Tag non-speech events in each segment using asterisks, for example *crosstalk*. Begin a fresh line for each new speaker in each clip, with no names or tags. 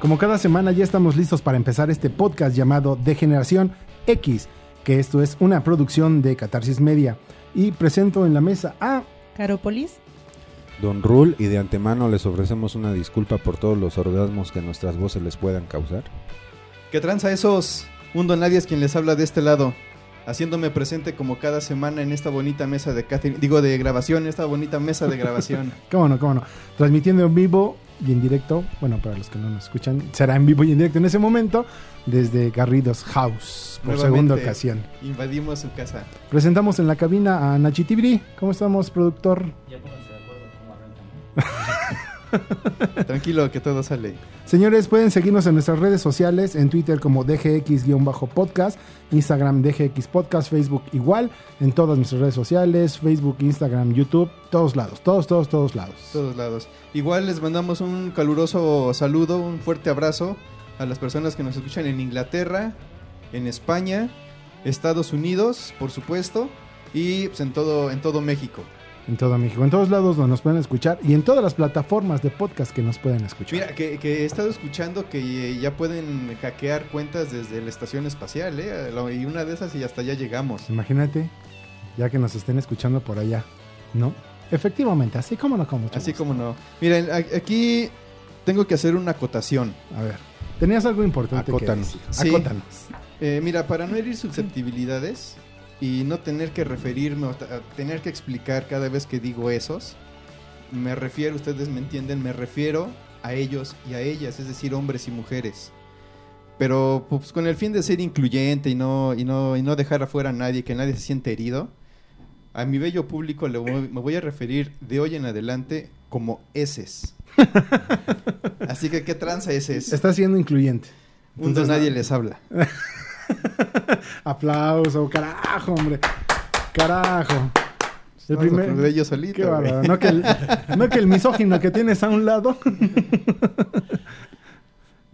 Como cada semana ya estamos listos para empezar este podcast llamado De Generación X, que esto es una producción de Catarsis Media. Y presento en la mesa a...
Carópolis.
Don Rule, y de antemano les ofrecemos una disculpa por todos los orgasmos que nuestras voces les puedan causar.
¿Qué tranza esos? Un don nadie es quien les habla de este lado, haciéndome presente como cada semana en esta bonita mesa de Catherine- digo de grabación, esta bonita mesa de grabación.
¿Cómo no, cómo no? Transmitiendo en vivo y en directo, bueno, para los que no nos escuchan, será en vivo y en directo en ese momento, desde Garridos House, por segunda
Nuevamente
ocasión.
Invadimos su casa.
Presentamos en la cabina a Nachi Tibri. ¿Cómo estamos, productor?
Ya pónganse de acuerdo cómo arrancan.
Tranquilo, que todo sale.
Señores, pueden seguirnos en nuestras redes sociales, en Twitter como DGX-podcast, Instagram DGX Podcast, Facebook igual, en todas nuestras redes sociales, Facebook, Instagram, YouTube, todos lados, todos, todos, todos lados.
todos lados. Igual les mandamos un caluroso saludo, un fuerte abrazo a las personas que nos escuchan en Inglaterra, en España, Estados Unidos, por supuesto, y pues, en todo en todo México.
En todo México, en todos lados donde nos pueden escuchar y en todas las plataformas de podcast que nos pueden escuchar.
Mira, que, que he estado escuchando que eh, ya pueden hackear cuentas desde la estación espacial, ¿eh? Lo- Y una de esas y hasta ya llegamos.
Imagínate, ya que nos estén escuchando por allá, ¿no? Efectivamente, así como no como.
Así como no. Miren, a- aquí tengo que hacer una acotación.
A ver, tenías algo importante
Acótanos.
que decir.
Sí.
Acótanos.
Eh, mira, para no herir susceptibilidades y no tener que referirme o ta- tener que explicar cada vez que digo esos, me refiero, ustedes me entienden, me refiero a ellos y a ellas, es decir, hombres y mujeres. Pero pues, con el fin de ser incluyente y no, y, no, y no dejar afuera a nadie, que nadie se siente herido, a mi bello público le voy- me voy a referir de hoy en adelante como eses. Así que, ¿qué tranza eses?
Está siendo incluyente.
Un don
Entonces,
nadie les habla.
Aplauso, carajo, hombre. Carajo. El
Vamos Pues, a
primer-
aprender yo solito.
Qué
güey.
bárbaro. No que, el, no que el misógino que tienes a un lado.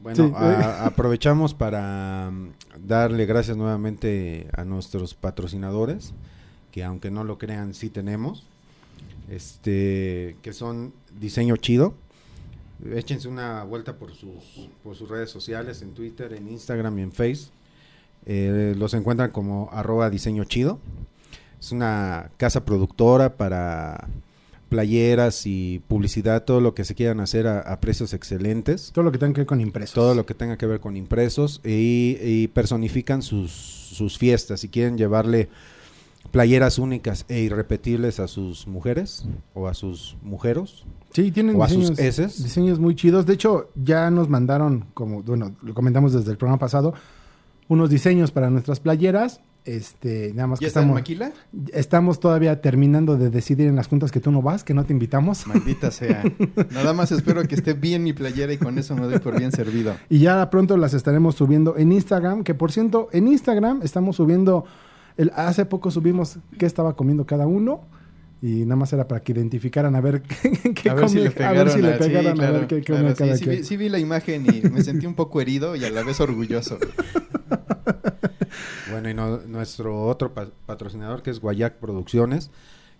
Bueno,
Sí.
a- aprovechamos para mm, darle gracias nuevamente a nuestros patrocinadores, que aunque no lo crean, sí tenemos, este, que son Diseño Chido. Échense una vuelta por sus, por sus redes sociales, en Twitter, en Instagram y en Face. Eh, los encuentran como arroba diseño chido. Es una casa productora para playeras y publicidad, todo lo que se quieran hacer a- a precios excelentes
Todo lo que tenga que ver con impresos.
todo lo que tenga que ver con impresos y, y personifican sus, sus fiestas. Si quieren llevarle playeras únicas e irrepetibles a sus mujeres o a sus mujeros,
Sí, tienen
o a
diseños,
sus eses.
diseños muy chidos. De hecho, ya nos mandaron, como, bueno, lo comentamos desde el programa pasado, unos diseños para nuestras playeras. Este, nada más que
¿Ya está en
estamos,
Maquila?
estamos todavía terminando de decidir en las juntas que tú no vas, que no te invitamos.
Maldita sea. Nada más espero que esté bien mi playera y con eso me doy por bien servido.
Y ya pronto las estaremos subiendo en Instagram, que por cierto, en Instagram estamos subiendo, el, hace poco subimos qué estaba comiendo cada uno. Y nada más era para que identificaran a ver *laughs* qué, qué
a ver si
comía,
le
a
pegaron.
ver si le
a- sí,
pegaron, a
claro,
ver qué
claro,
comía
sí,
cada
sí
quien.
vi, sí vi la imagen y me sentí un poco herido y a la vez orgulloso.
Bueno, y no- nuestro otro pa- patrocinador que es Guayac Producciones,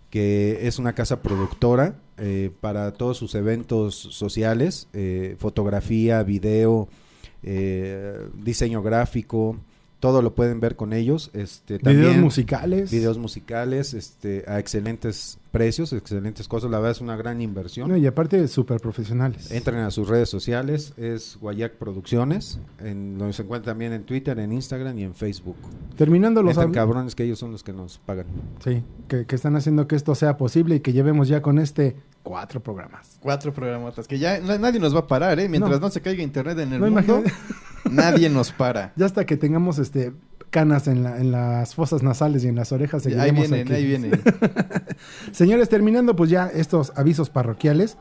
que es una casa productora eh, para todos sus eventos sociales, eh, fotografía, video, eh, diseño gráfico, todo lo pueden ver con ellos. Este,
Videos
también-
musicales.
videos musicales este, a excelentes precios, excelentes cosas. La verdad es una gran inversión.
No, y aparte, súper profesionales.
Entren a sus redes sociales, es Guayac Producciones. En, nos encuentran también en Twitter, en Instagram y en Facebook.
Terminando los
Entren
hab-
cabrones que ellos son los que nos pagan.
Sí, que, que están haciendo que esto sea posible y que llevemos ya con este cuatro programas.
Cuatro programotas que ya na- nadie nos va a parar, ¿eh? Mientras
No.
no, se caiga internet en el
No,
mundo,
imagínate.
nadie nos para.
Ya hasta que tengamos este canas en, la- en las fosas nasales y en las orejas. *laughs*
ahí
seguiremos
vienen,
aquí. *laughs*
ahí vienen.
Señores, terminando pues ya estos avisos parroquiales,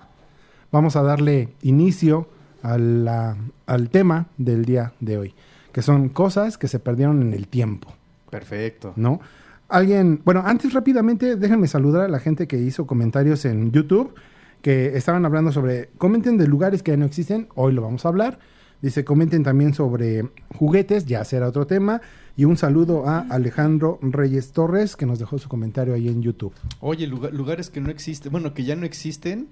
vamos a darle inicio a la- al tema del día de hoy, que son cosas que se perdieron en el tiempo,
Perfecto.
¿no? Alguien, bueno, antes rápidamente déjenme saludar a la gente que hizo comentarios en YouTube, que estaban hablando sobre, comenten de lugares que ya no existen, hoy lo vamos a hablar. Dice, comenten también sobre juguetes, ya será otro tema. Y un saludo a Alejandro Reyes Torres, que nos dejó su comentario ahí en YouTube.
Oye, lugar- lugares que no existen, bueno, que ya no existen,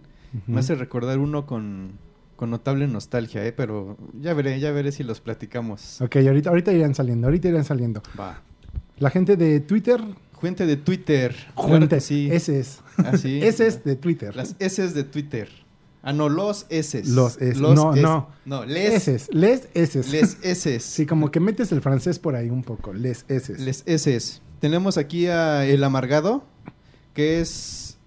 me hace recordar uno con, con notable nostalgia, ¿eh? Pero ya veré, ya veré si los platicamos.
Ok, ahorita, ahorita irán saliendo, ahorita irán saliendo.
Va.
La gente de Twitter,
Fuente de Twitter. Claro que
cuente,
sí.
ese es.
Así.
*laughs* Ese es de Twitter.
Las S de Twitter. Ah, no, los S.
Los S, no, no.
No, les.
Ese es, les eses.
Les S.
*laughs* Sí, como que metes el francés por ahí un poco, les eses.
Les S. Tenemos aquí a El Amargado, que es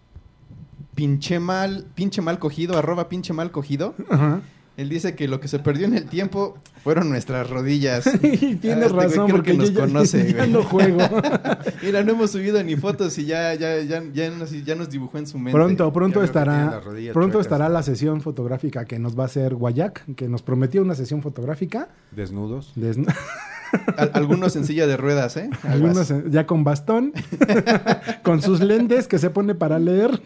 pinche mal, pinche mal cogido, arroba pinche mal cogido. *laughs*
Ajá.
Él dice que lo que se perdió en el tiempo fueron nuestras rodillas.
*laughs* Y tienes
este güey
razón,
creo
porque
que nos
yo ya- *laughs*
conoce,
ya
güey.
no
*laughs*
juego. *laughs*
Mira, no hemos subido ni fotos y ya, ya, ya, ya, nos, ya nos dibujó en su mente.
Pronto, pronto
creo que tiene
estará,
las rodillas
pronto
chuecas.
estará la sesión fotográfica que nos va a hacer Guayac, que nos prometió una sesión fotográfica.
Desnudos.
*laughs* Des-
Al- algunos en silla de ruedas, ¿eh?
*laughs* Algunos eh, ya con bastón, *laughs* con sus lentes que se pone para leer.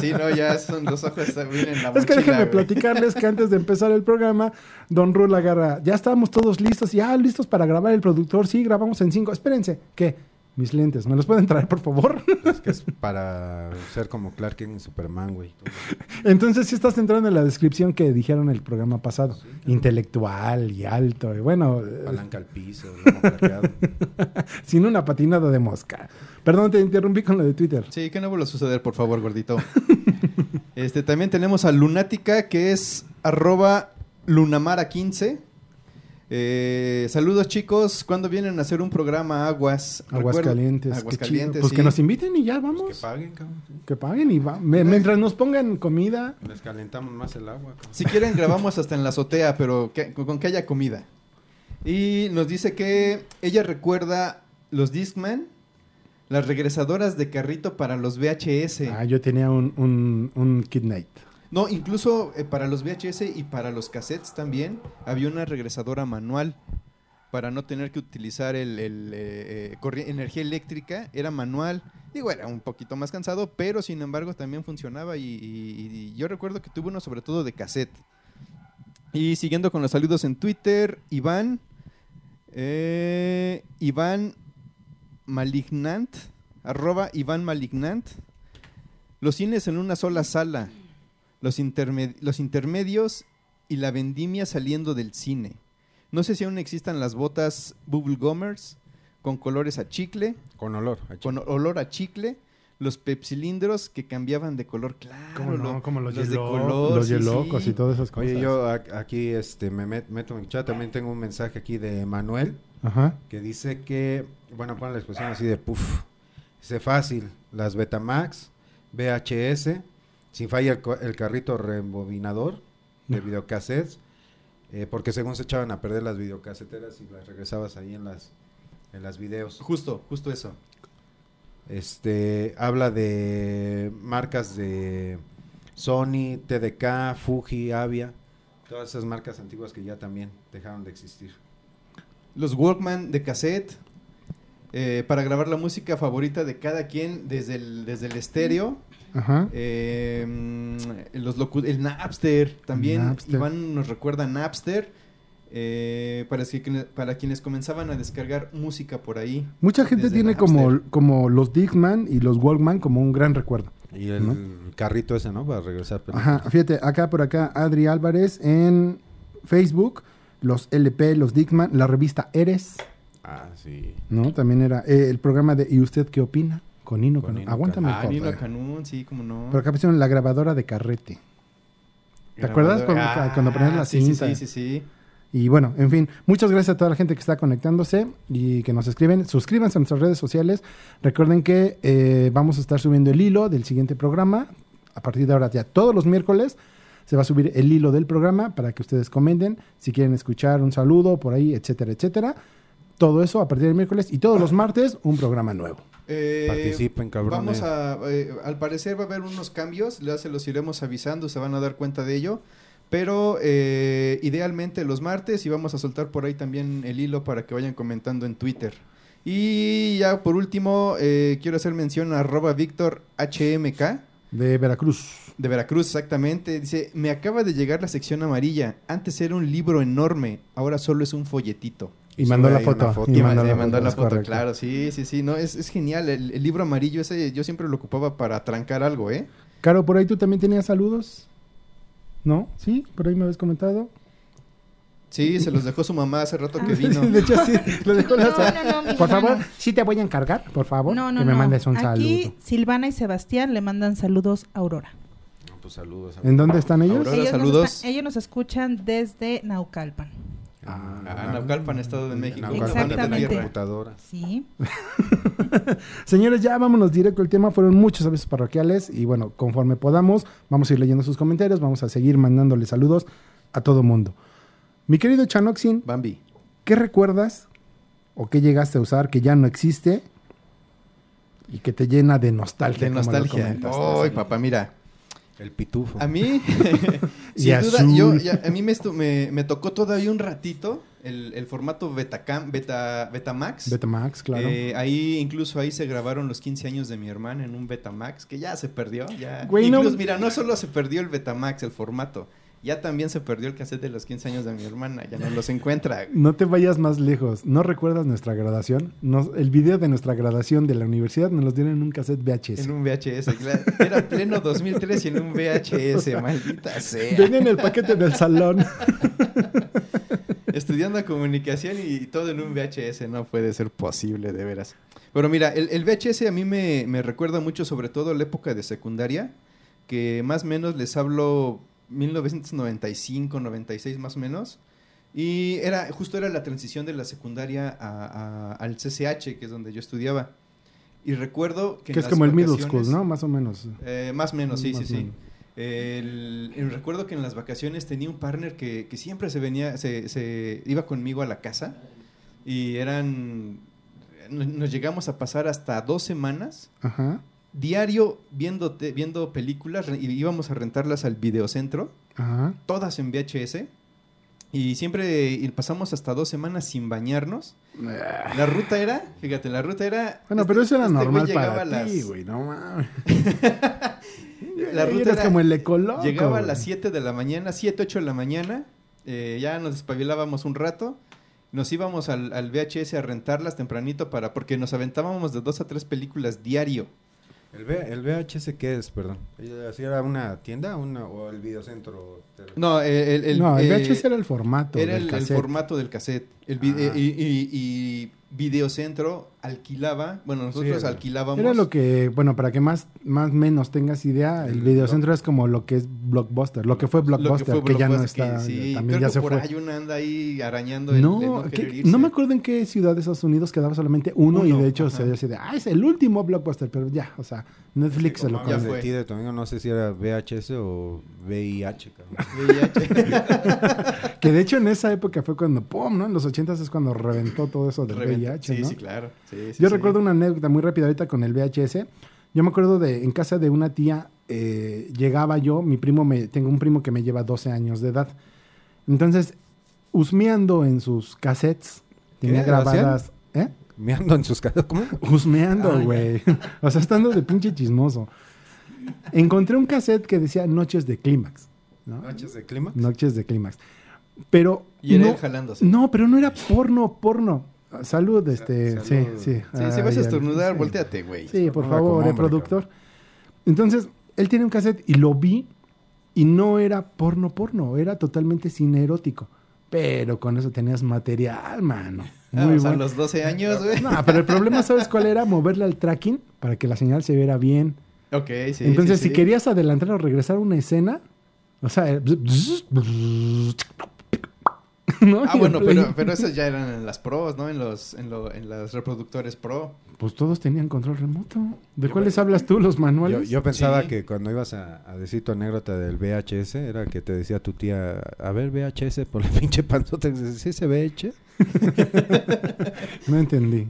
Sí, no, ya son los ojos están bien en la
es que
mochila,
déjenme
güey.
platicarles que antes de empezar el programa, Don Rul agarra, ya estábamos todos listos, ya listos para grabar el productor, sí, grabamos en cinco. Espérense, ¿qué? Mis lentes, ¿me los pueden traer, por favor? *laughs*
Es que es para ser como Clark Kent y Superman, güey.
Eh. Entonces sí estás entrando en la descripción que dijeron el programa pasado. Intelectual y alto. Y bueno, eh,
Palanca al piso, lomo plateado. Pues
sin una patinada de mosca. Perdón, te interrumpí con lo de Twitter.
Sí, que no vuelva a suceder, por favor, gordito. *laughs* este, también tenemos a Lunática, que es arroba lunamara15. Eh, saludos, chicos. ¿Cuándo vienen a hacer un programa Aguas?
Aguascalientes. qué chido.
Aguascalientes,
Pues
sí.
que nos inviten y ya
Pues
vamos.
que paguen, cabrón. sí.
Que paguen y va. me- Mientras nos pongan comida.
Les calentamos más el agua. cabrón.
Si quieren, grabamos hasta en la azotea, pero que- con, con que haya comida. Y nos dice que ella recuerda los Discman, las regresadoras de carrito para los VHS.
Ah, yo tenía un, un, un Kid Night.
No, incluso eh, para los VHS y para los cassettes también había una regresadora manual para no tener que utilizar el, el, eh, eh, corri- energía eléctrica, era manual. Digo, era un poquito más cansado, pero sin embargo también funcionaba y, y- y yo recuerdo que tuve uno sobre todo de cassette. Y siguiendo con los saludos en Twitter, Iván, eh, Iván Malignant, arroba Iván Malignant, los cines en una sola sala, los, interme- los intermedios y la vendimia saliendo del cine. No sé si aún existan las botas Bubble Gomers con colores a chicle,
Con olor. a
con olor a chicle, los pepsilindros que cambiaban de color, claro. lo- de color,
los
sí,
yelocos
sí.
y todas esas cosas.
Oye, yo a- aquí este, me met- meto en el chat. También tengo un mensaje aquí de Manuel
Ajá.
que dice que, bueno, pone la expresión así de puff. Dice fácil: las Betamax, VHS, sin falla el, co- el carrito rebobinador de
Ajá.
videocassettes, eh, porque según se echaban a perder las videocaseteras y las regresabas ahí en las, en las videos.
Justo, justo eso.
Este habla de marcas de Sony, TDK, Fuji, Avia, todas esas marcas antiguas que ya también dejaron de existir.
Los Walkman de cassette. eh, para grabar la música favorita de cada quien desde el, desde el estéreo.
Ajá.
Eh, mm, los locu- el Napster también.
Napster.
Iván nos recuerda Napster. eh, para, si- para quienes comenzaban a descargar música por ahí.
Mucha gente
desde
tiene
el
como,
Napster.
como los Dickman y los Walkman como un gran recuerdo.
Y el carrito ese, ¿no? Para regresar. pero-
Ajá, fíjate, acá por acá, Adri Álvarez en Facebook, los LP, los Dickman, la revista Eres,
Ah, sí.
¿no? También era eh, el programa de ¿Y usted qué opina? Con Nino
Con
Canún.
Nino
Aguántame,
Ah,
compa. eh.
Nino Canún, sí, como no.
Por acá pusieron la grabadora de carrete. ¿Te acuerdas cuando-
Ah,
cuando ponías la
sí, sí,
cinta?
Sí, sí, sí.
Y bueno, en fin, muchas gracias a toda la gente que está conectándose y que nos escriben. Suscríbanse a nuestras redes sociales. Recuerden que eh, vamos a estar subiendo el hilo del siguiente programa. A partir de ahora, ya todos los miércoles, se va a subir el hilo del programa para que ustedes comenten si quieren escuchar un saludo por ahí, etcétera, etcétera. Todo eso a partir del miércoles y todos los martes un programa nuevo.
Eh,
Participen, cabrones.
Vamos a, eh, al parecer va a haber unos cambios, ya se los iremos avisando, se van a dar cuenta de ello. Pero eh, idealmente los martes y vamos a soltar por ahí también el hilo para que vayan comentando en Twitter. Y ya por último, eh, quiero hacer mención a arroba Víctor HMK
De Veracruz.
de Veracruz, exactamente. Dice, me acaba de llegar la sección amarilla. Antes era un libro enorme, ahora solo es un folletito.
Y
Sube
mandó la
ahí una
foto.
foto.
Y mandó,
la
mandó
foto,
la
es
foto,
correcto.
claro, sí, sí, sí, no, es, es genial, el, el libro amarillo ese yo siempre lo ocupaba para trancar algo, ¿eh?
Caro, por ahí tú también tenías saludos. ¿No? Sí, por ahí me habías comentado.
Sí, se los dejó su mamá hace rato que vino.
Ah. De hecho, *laughs* sí, lo dejó la
No, no, no, mis
Por favor,
manos.
sí te voy a encargar, por favor,
No, no,
que me
no.
mandes un
Aquí
saludo.
Silvana y Sebastián le mandan saludos a Aurora.
No, pues saludos.
¿En dónde están ellos?
Aurora.
ellos
saludos.
Nos está- ellos nos escuchan desde Naucalpan.
Ah,
A Naucalpan, Estado de México.
Naucalpan,
Exactamente.
de computadoras.
Sí.
Señores, ya vámonos directo al tema. Fueron muchos avisos parroquiales y bueno, conforme podamos, vamos a ir leyendo sus comentarios, vamos a seguir mandándole saludos a todo mundo. Mi querido Chanoxin,
Bambi.
¿qué recuerdas o qué llegaste a usar que ya no existe y que te llena de nostalgia?
De
como lo
nostalgia.
comentaste?
Ay, papá, mira.
El pitufo.
A mí, *laughs*
Y
sin duda,
azul.
yo, ya- a mí me, estu- me, me tocó todavía un ratito el, el formato Betacam, Beta, Betamax.
Betamax, claro.
Eh, ahí, incluso ahí se grabaron los 15 años de mi hermana en un Betamax, que ya se perdió. Ya.
Güey, no-
Incluso, mira, no solo se perdió el Betamax, el formato, ya también se perdió el cassette de los 15 años de mi hermana, ya no los encuentra. güey.
No te vayas más lejos. ¿No recuerdas nuestra graduación? Nos- el video de nuestra graduación de la universidad nos los dieron en un cassette VHS.
En un VHS, claro. era pleno 2003 y en un VHS, maldita
*laughs*
sea.
Venía en el paquete del
*laughs*
salón.
Estudiando comunicación y todo en un VHS no puede ser posible, de veras. Pero mira, el, el VHS a mí me, me recuerda mucho, sobre todo a la época de secundaria, que más o menos les hablo 1995, 96 más o menos. Y era, justo era la transición de la secundaria a- a- al CCH, que es donde yo estudiaba. Y recuerdo
Que
que... en
es
las
como el middle
vacaciones-
school, ¿no? Más o menos.
eh, más o menos, sí,
Más
sí,
o
sí.
menos.
El- el- recuerdo que en las vacaciones tenía un partner que, que siempre se venía, se, se iba conmigo a la casa y eran, no- nos llegamos a pasar hasta dos semanas
Ajá,
diario viendo, te- viendo películas re- y íbamos a rentarlas al videocentro,
ajá.
todas en VHS y siempre y pasamos hasta dos semanas sin bañarnos. La ruta era, fíjate, la ruta era...
Bueno,
este-
pero eso era
este güey
normal
llegaba
para
a las-
ti, güey, no mames.
La
Eras
ruta era,
como el ecoloco.
Llegaba a
güey.
las 7 de la mañana, 7, 8 de la mañana, eh, ya nos despabilábamos un rato, nos íbamos al, al VHS a rentarlas tempranito para, porque nos aventábamos de dos a tres películas diario.
El, V- el VHS, ¿qué es? Perdón. Eh, ¿Así era una tienda una, o el videocentro?
No, eh, el, el,
no, el
eh,
VHS era el formato.
era
del
el- el
cassette.
formato del cassette. El vi-
Ah.
eh, y, y- y Videocentro alquilaba, bueno, nosotros
Sí, era-
alquilábamos.
Era lo que, bueno, para que más más menos tengas idea, el
El
videocentro es como lo que es Blockbuster, lo que fue
lo
Blockbuster, que,
fue
ya no
Blockbuster,
está,
que sí,
también
creo
ya
que
se
por
fue.
ahí uno anda ahí arañando el, el
No,
no
¿qué?
querer irse.
no me acuerdo en qué ciudad de Estados Unidos quedaba solamente uno, y
Uno,
de hecho
ajá.
se decía, ah, es el último Blockbuster, pero ya, o sea, Netflix se lo
pues, ya
comió.
fue.
de ti de tu amigo, no sé si era VHS o VIH. cabrón.
*laughs* VIH.
Que de hecho en esa época fue cuando, ¡pum! ¿no? En los ochentas es cuando reventó todo eso *laughs* del
Reventó.
VIH,
Sí,
¿no?
sí, claro. Sí, sí,
Yo
sí.
recuerdo una anécdota muy rápida ahorita con el VHS. Yo me acuerdo de en casa de una tía eh, llegaba yo, mi primo me tengo un primo que me lleva 12 años de edad. Entonces, husmeando en sus cassettes tenía
¿Qué? ¿Lo hacían?
grabadas, ¿eh?
Meando en sus casas. ¿Cómo?
Husmeando,
Ah, ya.
güey. *laughs* o sea, estando de pinche chismoso. Encontré un cassette que decía Noches de Clímax, ¿no?
¿Noches de clima?
Noches de Clímax. Pero
Y era
no-
él jalándose.
no, pero no era porno, porno. Salud, este,
salud.
sí, sí.
Sí, si vas
Ay,
a estornudar,
sí.
volteate, güey.
Sí, por
Habla como
favor, eh,
hombre,
productor. Entonces, él tiene un cassette y lo vi y no era porno porno, era totalmente cine erótico. Pero con eso tenías material, mano.
Ah,
Muy
o sea,
bueno.
los 12 años, güey.
No, pero el problema, ¿sabes cuál era? Moverle al tracking para que la señal se viera bien.
Ok, sí.
Entonces,
sí,
si
sí.
querías adelantar o regresar una escena, o sea, eh, era ¿no?
Ah,
Y el
bueno,
play-
pero, pero esas ya eran en las pros, ¿no? En los, en lo, en las reproductores pro.
Pues todos tenían control remoto. ¿De cuáles hablas tú, los manuales?
Yo, yo pensaba
Sí.
que cuando ibas a, a decir tu anécdota del VHS, era que te decía tu tía, a ver VHS por la *laughs* pinche panzota. Y dices, ¿Sí se VH?
No entendí.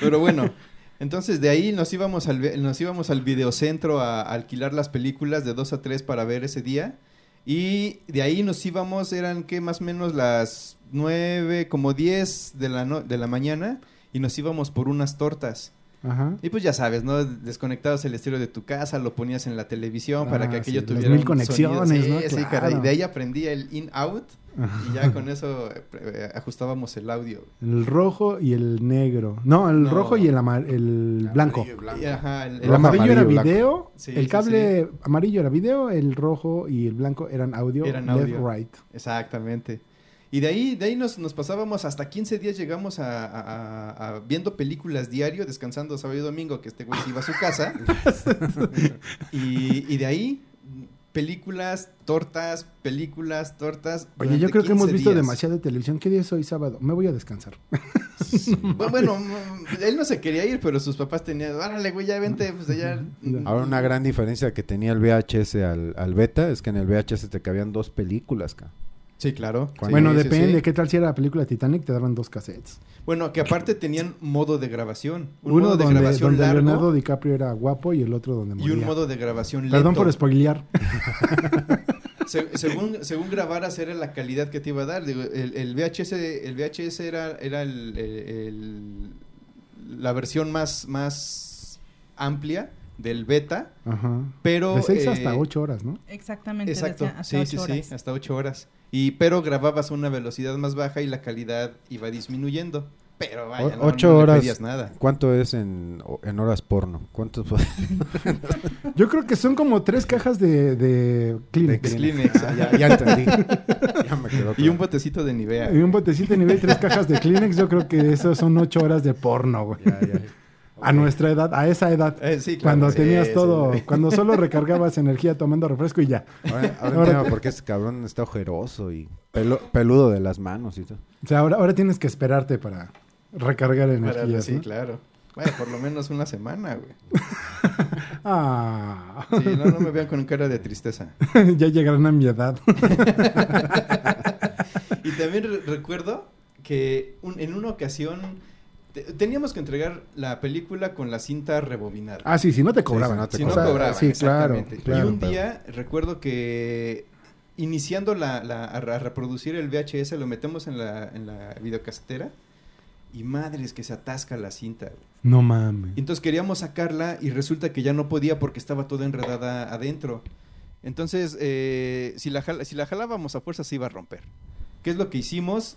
Pero bueno, entonces de ahí nos íbamos al, vi- nos íbamos al videocentro a, a alquilar las películas de 2 a 3 para ver ese día. Y de ahí nos íbamos, eran que más o menos las 9, como 10 de la, no- de la mañana. Y nos íbamos por unas tortas.
Ajá.
Y pues ya sabes, ¿no? Desconectabas el estéreo de tu casa, lo ponías en la televisión para
Ah,
que aquello
sí, las
tuviera
mil
un
conexiones,
sonido. Sí,
¿no?
sí,
Claro.
caray. De ahí aprendí el in-out y ya con eso eh, pre- eh, ajustábamos el audio.
El rojo y el negro. No, el
No.
rojo y el, amar- el blanco.
Amarillo y blanco.
Y, ajá, el,
El
rojo,
amarillo, era
amarillo, blanco.
video,
Sí,
el
sí,
cable amarillo era video, el rojo y el blanco eran audio,
Eran
left,
audio.
right.
Exactamente. Y de ahí, de ahí nos, nos pasábamos hasta 15 días, llegamos a, a- a- a viendo películas diario, descansando sábado y domingo, que este güey se iba a su
*laughs*
casa. y, y de ahí, películas, tortas, películas, tortas.
Oye,
durante
yo creo que hemos
15
visto
días.
demasiada televisión. ¿Qué día es hoy sábado? Me voy a descansar. *laughs*
Bu- Bueno, mm, él no se quería ir, pero sus papás tenían, órale, güey, ya vente, pues allá.
Ahora una gran diferencia que tenía el VHS al, al beta es que en el VHS te cabían dos películas, ca.
Sí, claro.
Sí,
bueno,
sí,
depende.
sí.
¿Qué tal si era la película Titanic? Te daban dos cassettes.
Bueno, que aparte tenían modo de grabación. Un
Uno
modo de
donde,
grabación
donde
largo
Leonardo DiCaprio era guapo y el otro donde
y
moría.
un modo de grabación lento.
Perdón por spoilear.
Se- según, según grabaras era la calidad que te iba a dar. Digo, el, el VHS, el VHS era, era el- el- el- la versión más, más amplia del beta,
Ajá.
pero...
De seis
eh,
hasta ocho horas, ¿no?
Exactamente.
Exacto,
decía, hasta
sí,
ocho
sí,
horas.
sí, hasta 8 horas. Y, pero grababas a una velocidad más baja y la calidad iba disminuyendo. Pero vaya,
O-
no,
ocho
no le
horas.
pedías nada. *laughs*
¿Cuánto es en, o- en horas porno? ¿Cuánto fue?
Yo creo que son como tres cajas de, de Kleenex.
De Kleenex,
Ah,
allá.
*laughs*
*laughs*
ya, ya entendí. Ya me quedó
Y un
claro.
botecito de Nivea.
Y un botecito de nivel tres cajas de Kleenex. Yo creo que eso son ocho horas de porno, güey.
Ya, ya.
A nuestra edad, a esa edad.
Eh, sí, claro.
Cuando
Sí,
tenías
sí,
todo,
sí.
cuando solo recargabas energía tomando refresco y ya.
Ahora, ahora
Ahora-
entiendo por qué este cabrón está ojeroso y pelo- peludo de las manos y todo.
O sea, ahora, ahora tienes que esperarte para recargar
*laughs* Para-
energías,
sí,
¿no?
claro. Bueno, por lo menos una semana, güey.
Ah, *laughs*
Sí, no, no me vean con cara de tristeza.
ya llegarán a mi edad.
Y también re- recuerdo que un- en una ocasión te- teníamos que entregar la película con la cinta rebobinada.
Ah, sí, si no te cobraban.
Sí, no te
si no
O sea,
cobraban.
cobraban,
Sí, claro,
exactamente.
claro.
y un día recuerdo que iniciando la, la- a, re- a reproducir el VHS lo metemos en la, en la videocasetera y madres que se atasca la cinta. güey.
No mames.
Y Entonces queríamos sacarla y resulta que ya no podía porque estaba toda enredada adentro. Entonces, eh, si, la jal- si la jalábamos a fuerza se iba a romper. ¿Qué es lo que hicimos?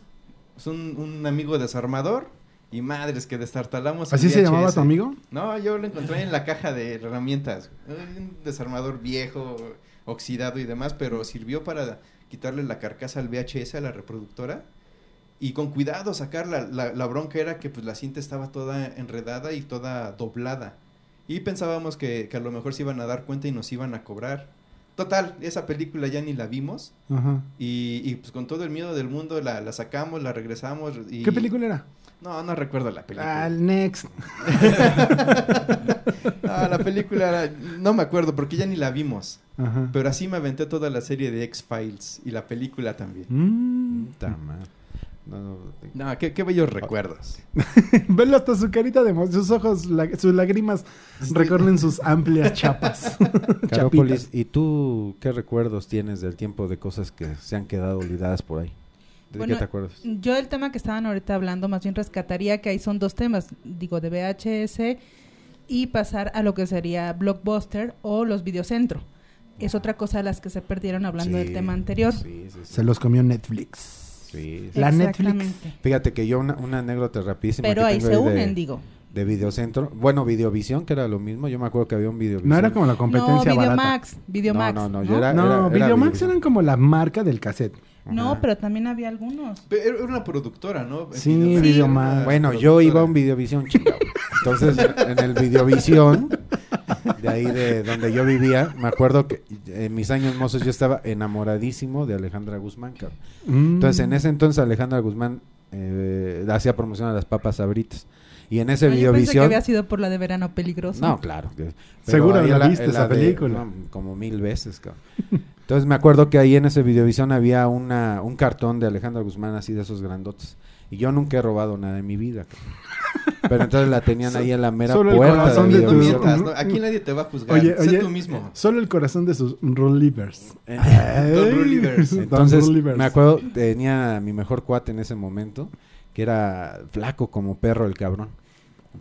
Pues un, un amigo desarmador y madres que destartalamos. el
¿Así se
VHS.
llamaba tu amigo?
No, yo lo encontré en la caja de herramientas. Un desarmador viejo, oxidado y demás, pero sirvió para quitarle la carcasa al VHS a la reproductora. Y con cuidado sacarla. La, la bronca era que pues la cinta estaba toda enredada y toda doblada. Y pensábamos que, que a lo mejor se iban a dar cuenta y nos iban a cobrar. Total, esa película ya ni la vimos.
Ajá.
Y, y, pues con todo el miedo del mundo la, la sacamos, la regresamos. Y...
¿Qué película era?
No, no recuerdo la película.
Al Next.
*laughs* Ah, la película era- no me acuerdo porque ya ni la vimos.
Ajá.
Pero así me aventé toda la serie de X-Files y la película también.
Mm. *laughs*
Puta madre. No, no,
No, qué, qué bellos recuerdos.
Velo hasta su carita de emoción, sus ojos, la- sus lágrimas recorren sus amplias chapas. *laughs*
Carópolis,
Chapitas.
¿y tú qué recuerdos tienes del tiempo de cosas que se han quedado olvidadas por ahí? ¿De
Bueno,
qué te acuerdas?
Yo el tema que estaban ahorita hablando, más bien rescataría que ahí son dos temas, digo, de VHS y pasar a lo que sería Blockbuster o los videocentro. Es otra cosa de las que se perdieron hablando
Sí,
del tema anterior.
Sí, sí, sí.
Se los comió Netflix.
Sí, sí.
La
Exactamente.
Netflix.
Fíjate que yo una, una anécdota rapidísima.
Pero
que
ahí
tengo
se
de-
unen, digo.
De Videocentro. Bueno, Videovisión, que era lo mismo. Yo me acuerdo que había un Videovisión.
No era como la
No,
competencia barata.
Videomax, Videomax.
No,
No,
no, no, yo era-
No, Videomax
Videovisión.
eran como la marca del cassette.
No,
Ajá.
pero también había algunos.
Pero Era una productora, ¿no?
Sí,
Videomax.
Videomax.
Era una
Bueno, yo
productora.
iba a un Videovisión, chingado. Entonces, en el Videovisión, de ahí de donde yo vivía, me acuerdo que en mis años mozos yo estaba enamoradísimo de Alejandra Guzmán, cabrón. Entonces,
Mm.
Mm.
en ese entonces Alejandra Guzmán eh, hacía promoción a las papas sabritas. Y en ese
No, Ah, yo pensé que
Videovisión...
había sido por la de verano peligroso.
No, claro. que- pero
Seguro
ahí
la
en
viste
en
esa
de-
película.
no, como mil veces, cabrón. Entonces me acuerdo que ahí en ese Videovisión había una, un cartón de Alejandra Guzmán así de esos grandotes. Y yo nunca he robado nada en mi vida, cabrón. Pero entonces
*laughs*
la tenían ahí en la mera
solo el
puerta
corazón
del
de
No
tu-
Videovisión.
mientas, ¿no? Aquí nadie te va a juzgar.
Oye,
sé
oye.
tú mismo.
Solo el corazón de sus relievers.
Don Rulivers.
Entonces, me acuerdo, tenía a mi mejor cuate en ese momento, que era flaco como perro el cabrón.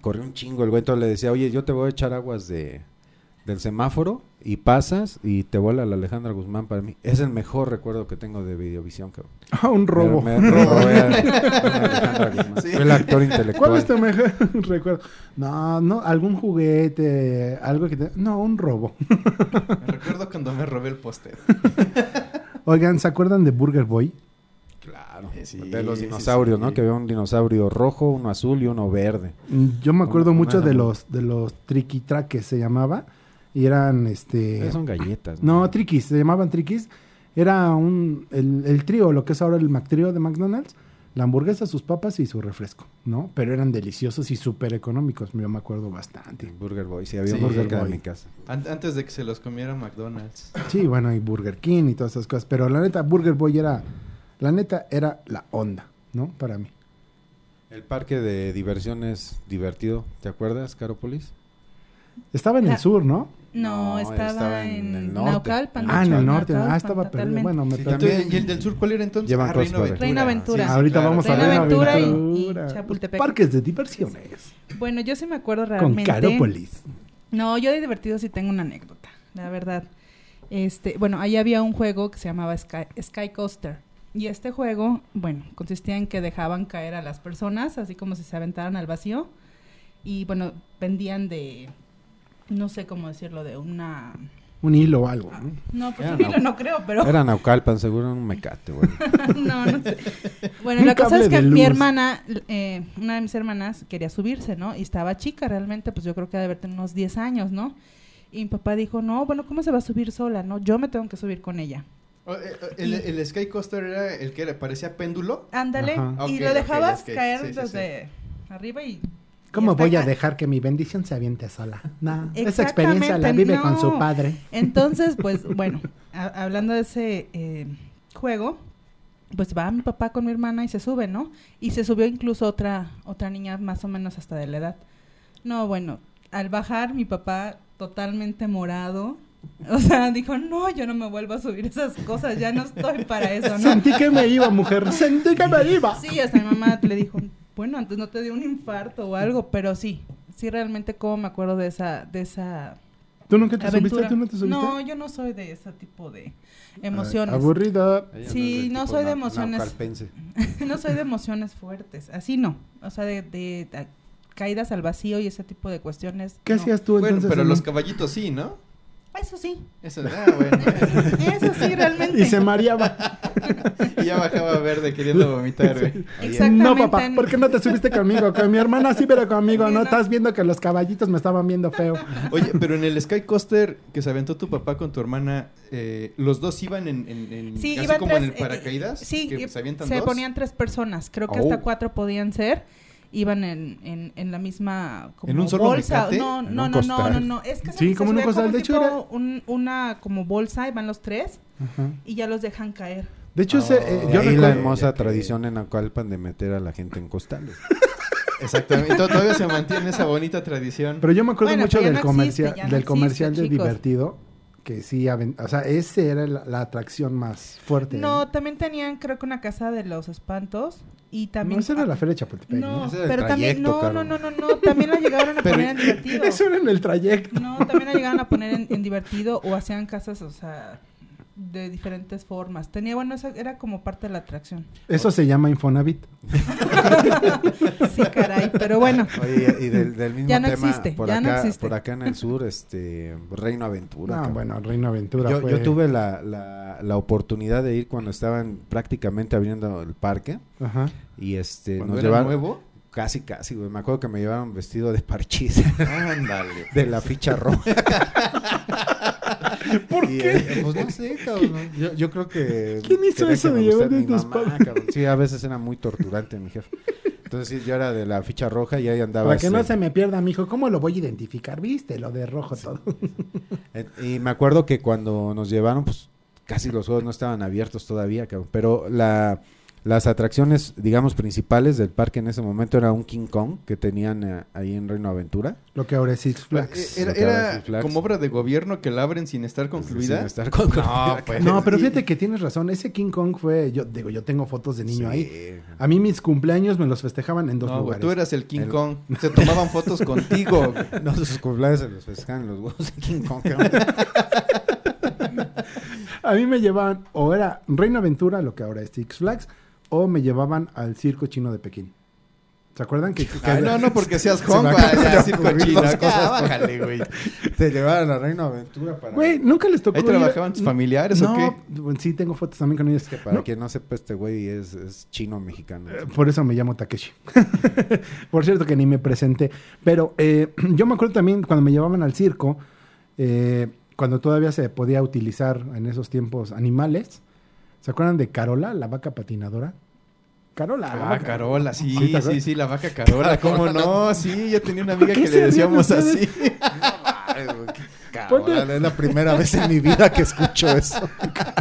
Corrió un chingo el güey, entonces le decía, oye, yo te voy a echar aguas de, del semáforo y pasas y te vuela la Alejandra Guzmán para mí. Es el mejor recuerdo que tengo de Videovisión, cabrón.
Ah, un robo.
Me, me robó a- a Alejandra Guzmán.
Sí.
Fue el actor
*laughs*
intelectual.
¿Cuál es tu mejor *laughs* recuerdo? No, no, algún juguete, algo que te... No, un robo.
Recuerdo cuando me robé el póster.
Oigan, ¿se acuerdan de Burger Boy?
Claro.
Eh, sí,
de los
sí,
dinosaurios,
sí.
¿no? Que había un dinosaurio rojo, uno azul y uno verde.
Mm, Yo me acuerdo
Una-
mucho
una-
de los, de los triquitraques se llamaba. Y eran este.
Esas son galletas.
No, triquis, se llamaban triquis. Era un el, el trío, lo que es ahora el McTrío de McDonald's, la hamburguesa, sus papas y su refresco, ¿no? Pero eran deliciosos y súper económicos, yo me acuerdo bastante.
Burger Boy, sí, había
Sí,
uno
Burger
cerca de
Boy.
mi casa.
An- antes de que se los comiera McDonald's.
Sí, bueno, y Burger King y todas esas cosas, pero la neta Burger Boy era la neta era la onda, ¿no? Para mí.
El parque de diversiones divertido, ¿te acuerdas, Carópolis?
Estaba en
La-
el sur, ¿no?
No,
No,
estaba,
estaba en
en,
el norte.
Naucalpan.
Ah, en el
Naucalpan,
norte. Ah,
Naucalpan,
estaba perdido.
totalmente.
Bueno, me
Sí,
perdí.
entonces, ¿Y el del sur cuál era entonces?
Llevan
Ah, Reino
Cosper.
Aventura.
Reina Aventura.
Sí, sí,
Ahorita
claro.
vamos a
Reina
ver
Aventura y- y
Los
Chapultepec.
Parques de diversiones.
Bueno, yo sí me acuerdo
Con
realmente.
Carópolis.
No, yo de divertido sí tengo una anécdota, la verdad. Este, bueno, ahí había un juego que se llamaba Sky, Sky Coaster. Y este juego, bueno, consistía en que dejaban caer a las personas, así como si se aventaran al vacío. Y bueno, vendían de, no sé cómo decirlo, de una...
Un hilo o algo. ¿no?
No, pues
Era
un hilo
una-
*laughs* *laughs* no creo, pero...
Era Naucalpan, seguro un mecate, güey.
no, no sé. Bueno,
Un
la cosa
cable
es que
de
mi
luz.
hermana, eh, una de mis hermanas, quería subirse, ¿no? Y estaba chica realmente, pues yo creo que ha de haber tenido unos 10 años, ¿no? Y mi papá dijo, no, bueno, ¿cómo se va a subir sola, no? Yo me tengo que subir con ella.
Oh, eh, oh, El, el Sky Coaster era el que era- parecía péndulo.
Ándale,
Ajá.
y
Ok,
lo
ok,
dejabas
es que-
caer
sí, sí, sí.
desde arriba y... y
¿Cómo
hasta
voy a
acá.
dejar que mi bendición se aviente sola? No, esa
Exactamente,
experiencia la vive con
no.
su padre.
Entonces, pues bueno, ha- hablando de ese eh, juego, pues va mi papá con mi hermana y se sube, ¿no? Y se subió incluso otra, otra niña más o menos hasta de la edad. No, bueno, al bajar mi papá totalmente morado, o sea, dijo, no, yo no me vuelvo a subir esas cosas, ya no estoy para eso, ¿no?
Sentí que me iba, mujer, sentí que me iba.
Sí, hasta mi mamá le dijo, bueno, antes no te dio un infarto o algo, pero sí, sí realmente como me acuerdo de esa, de esa
¿Tú nunca te subiste?
aventura.
¿Tú no te subiste? Ah,
No, yo no soy de ese tipo de
Ay,
emociones.
aburrida.
Ella
*laughs* Sí,
es del
no
tipo
soy de
nau-
emociones.
naucalpense.
*laughs* no soy de emociones fuertes, así no. O sea, de, de- a- caídas al vacío y ese tipo de cuestiones.
¿Qué
no.
hacías tú
bueno,
entonces?
pero
en-
los caballitos sí, ¿no?
Eso sí. *laughs*
Eso, ah, bueno.
Eso sí, realmente.
Y se mareaba.
y *laughs* ya bajaba verde queriendo vomitar, güey.
Exactamente.
No, papá, ¿por qué no te subiste conmigo? Con mi hermana sí, pero conmigo
Sí,
no.
no.
Estás viendo que los caballitos me estaban viendo feo.
Oye, pero en el Sky Coaster que se aventó tu papá con tu hermana, eh, ¿los dos iban en, en, en-
Sí,
así
iban
como
tres,
en el
eh,
paracaídas?
sí,
que
y
se avientan
se
dos.
ponían tres personas. Creo que
Oh.
hasta cuatro podían ser. Iban en, en, en la misma como
¿En un solo
bolsa.
mecate?
No,
En
no,
un
no, no,
costal.
no, no. Es que se-
Sí,
se
como en un
subía
costal. De hecho, era-
tipo un- una como bolsa, iban los tres
Ajá.
y ya los dejan caer.
De hecho, ese, eh,
De
Oh,
yo
ahí
recuerdo...
la hermosa
ya que-
tradición en Naucalpan de meter a la gente en
*laughs*
costales.
Exactamente. Entonces, todavía se mantiene esa bonita tradición.
Pero yo me acuerdo
Bueno,
mucho
pero ya
del,
no existe,
comercial,
ya no
del
existe,
comercial de
chicos.
divertido. Que sí, aven- o sea, ese era la, la atracción más fuerte.
No, también tenían creo que una casa de los espantos y también
No, esa era la Feria de Chapultepec. *laughs*
No,
Ese era el
pero también
trayecto,
no,
Caro.
no, no, no, no, también la llegaron a
Pero-
poner en
*laughs*
divertido.
Eso era en el trayecto.
No, también la llegaron a poner en, en divertido o hacían casas, o sea, de diferentes formas. Tenía, bueno, eso era como parte de la atracción.
Eso se llama Infonavit.
Sí, caray, pero bueno.
Oye, y del, del mismo
Ya no
tema,
existe,
por,
ya
acá,
no existe.
por acá en el sur, este Reino Aventura.
No,
cabrón.
Ah, bueno, Reino Aventura
yo,
fue...
yo tuve la, la, la oportunidad de ir cuando estaban prácticamente abriendo el parque
Ajá.
y este
Cuando
nos
era
llevaron
nuevo.
casi casi, güey, me acuerdo que me llevaron vestido de parchís
Ándale.
*laughs* de la ficha roja. ¿Por qué? pues no sé, cabrón. Yo, yo creo que
¿Quién hizo
tenía
eso de
que gustar
llevar de
mi
tus
mamá,
padres?
cabrón. Sí, a veces era muy torturante mi jefe. Entonces sí, yo era de la ficha roja y ahí andaba
Para que no
este,
se me pierda, mijo, ¿cómo lo voy a identificar? ¿Viste? Lo de rojo todo.
Eh, Y me acuerdo que cuando nos llevaron, pues casi los juegos no estaban abiertos todavía, cabrón. Pero la, Las atracciones, digamos, principales del parque en ese momento era un King Kong que tenían eh, ahí en Reino Aventura.
Lo que ahora es Six Flags.
eh, Era,
Lo que ahora
era
es Six Flags.
como obra de gobierno que la abren sin estar concluida.
Sin estar con- *laughs*
No, pues.
No, pero
y-
fíjate que tienes razón. Ese King Kong fue. Yo digo, yo tengo fotos de niño
Sí.
ahí. A mí mis cumpleaños me los festejaban en dos
No, güey,
lugares.
tú eras el King
El-
Kong. Se tomaban fotos contigo. güey.
No, sus cumpleaños se los festejan los huevos de King Kong. cabrón.
A mí me llevaban o era Reino Aventura, lo que ahora es Six Flags, o me llevaban al circo chino de Pekín. ¿Se acuerdan que, que
Ay,
había-
no, no,
*laughs*
porque seas
me
Hong, güey.
acaba de
Ya, circo
ocurrir
chino.
dos
acá,
*laughs*
bájale, güey.
Te llevaron a Reino Aventura para...
Güey, nunca les tocó.
¿Ahí
ir a-
trabajaban tus familiares
no,
o qué?
bueno, Sí, tengo fotos también con ellos.
Que para
No,
quien no sepa, este güey es, es chino-mexicano.
eh, Por eso me llamo Takeshi. *laughs* Por cierto que ni me presenté. Pero eh, *clears throat* yo me acuerdo también cuando me llevaban al circo, eh, cuando todavía se podía utilizar en esos tiempos animales. ¿Se acuerdan de Carola, la vaca patinadora? Carola. la
Ah,
vaca-
Carola, sí,
¿Sí te
sí,
acuerdas?
sí,
*laughs*
la vaca Carola, ¿cómo no? Sí, yo tenía una amiga
qué
que
se
le
ríen
decíamos así.
ustedes?
*laughs*
Ay, güey, qué *laughs*
Ponte-
cabrón, Es la primera vez en mi vida que escucho eso.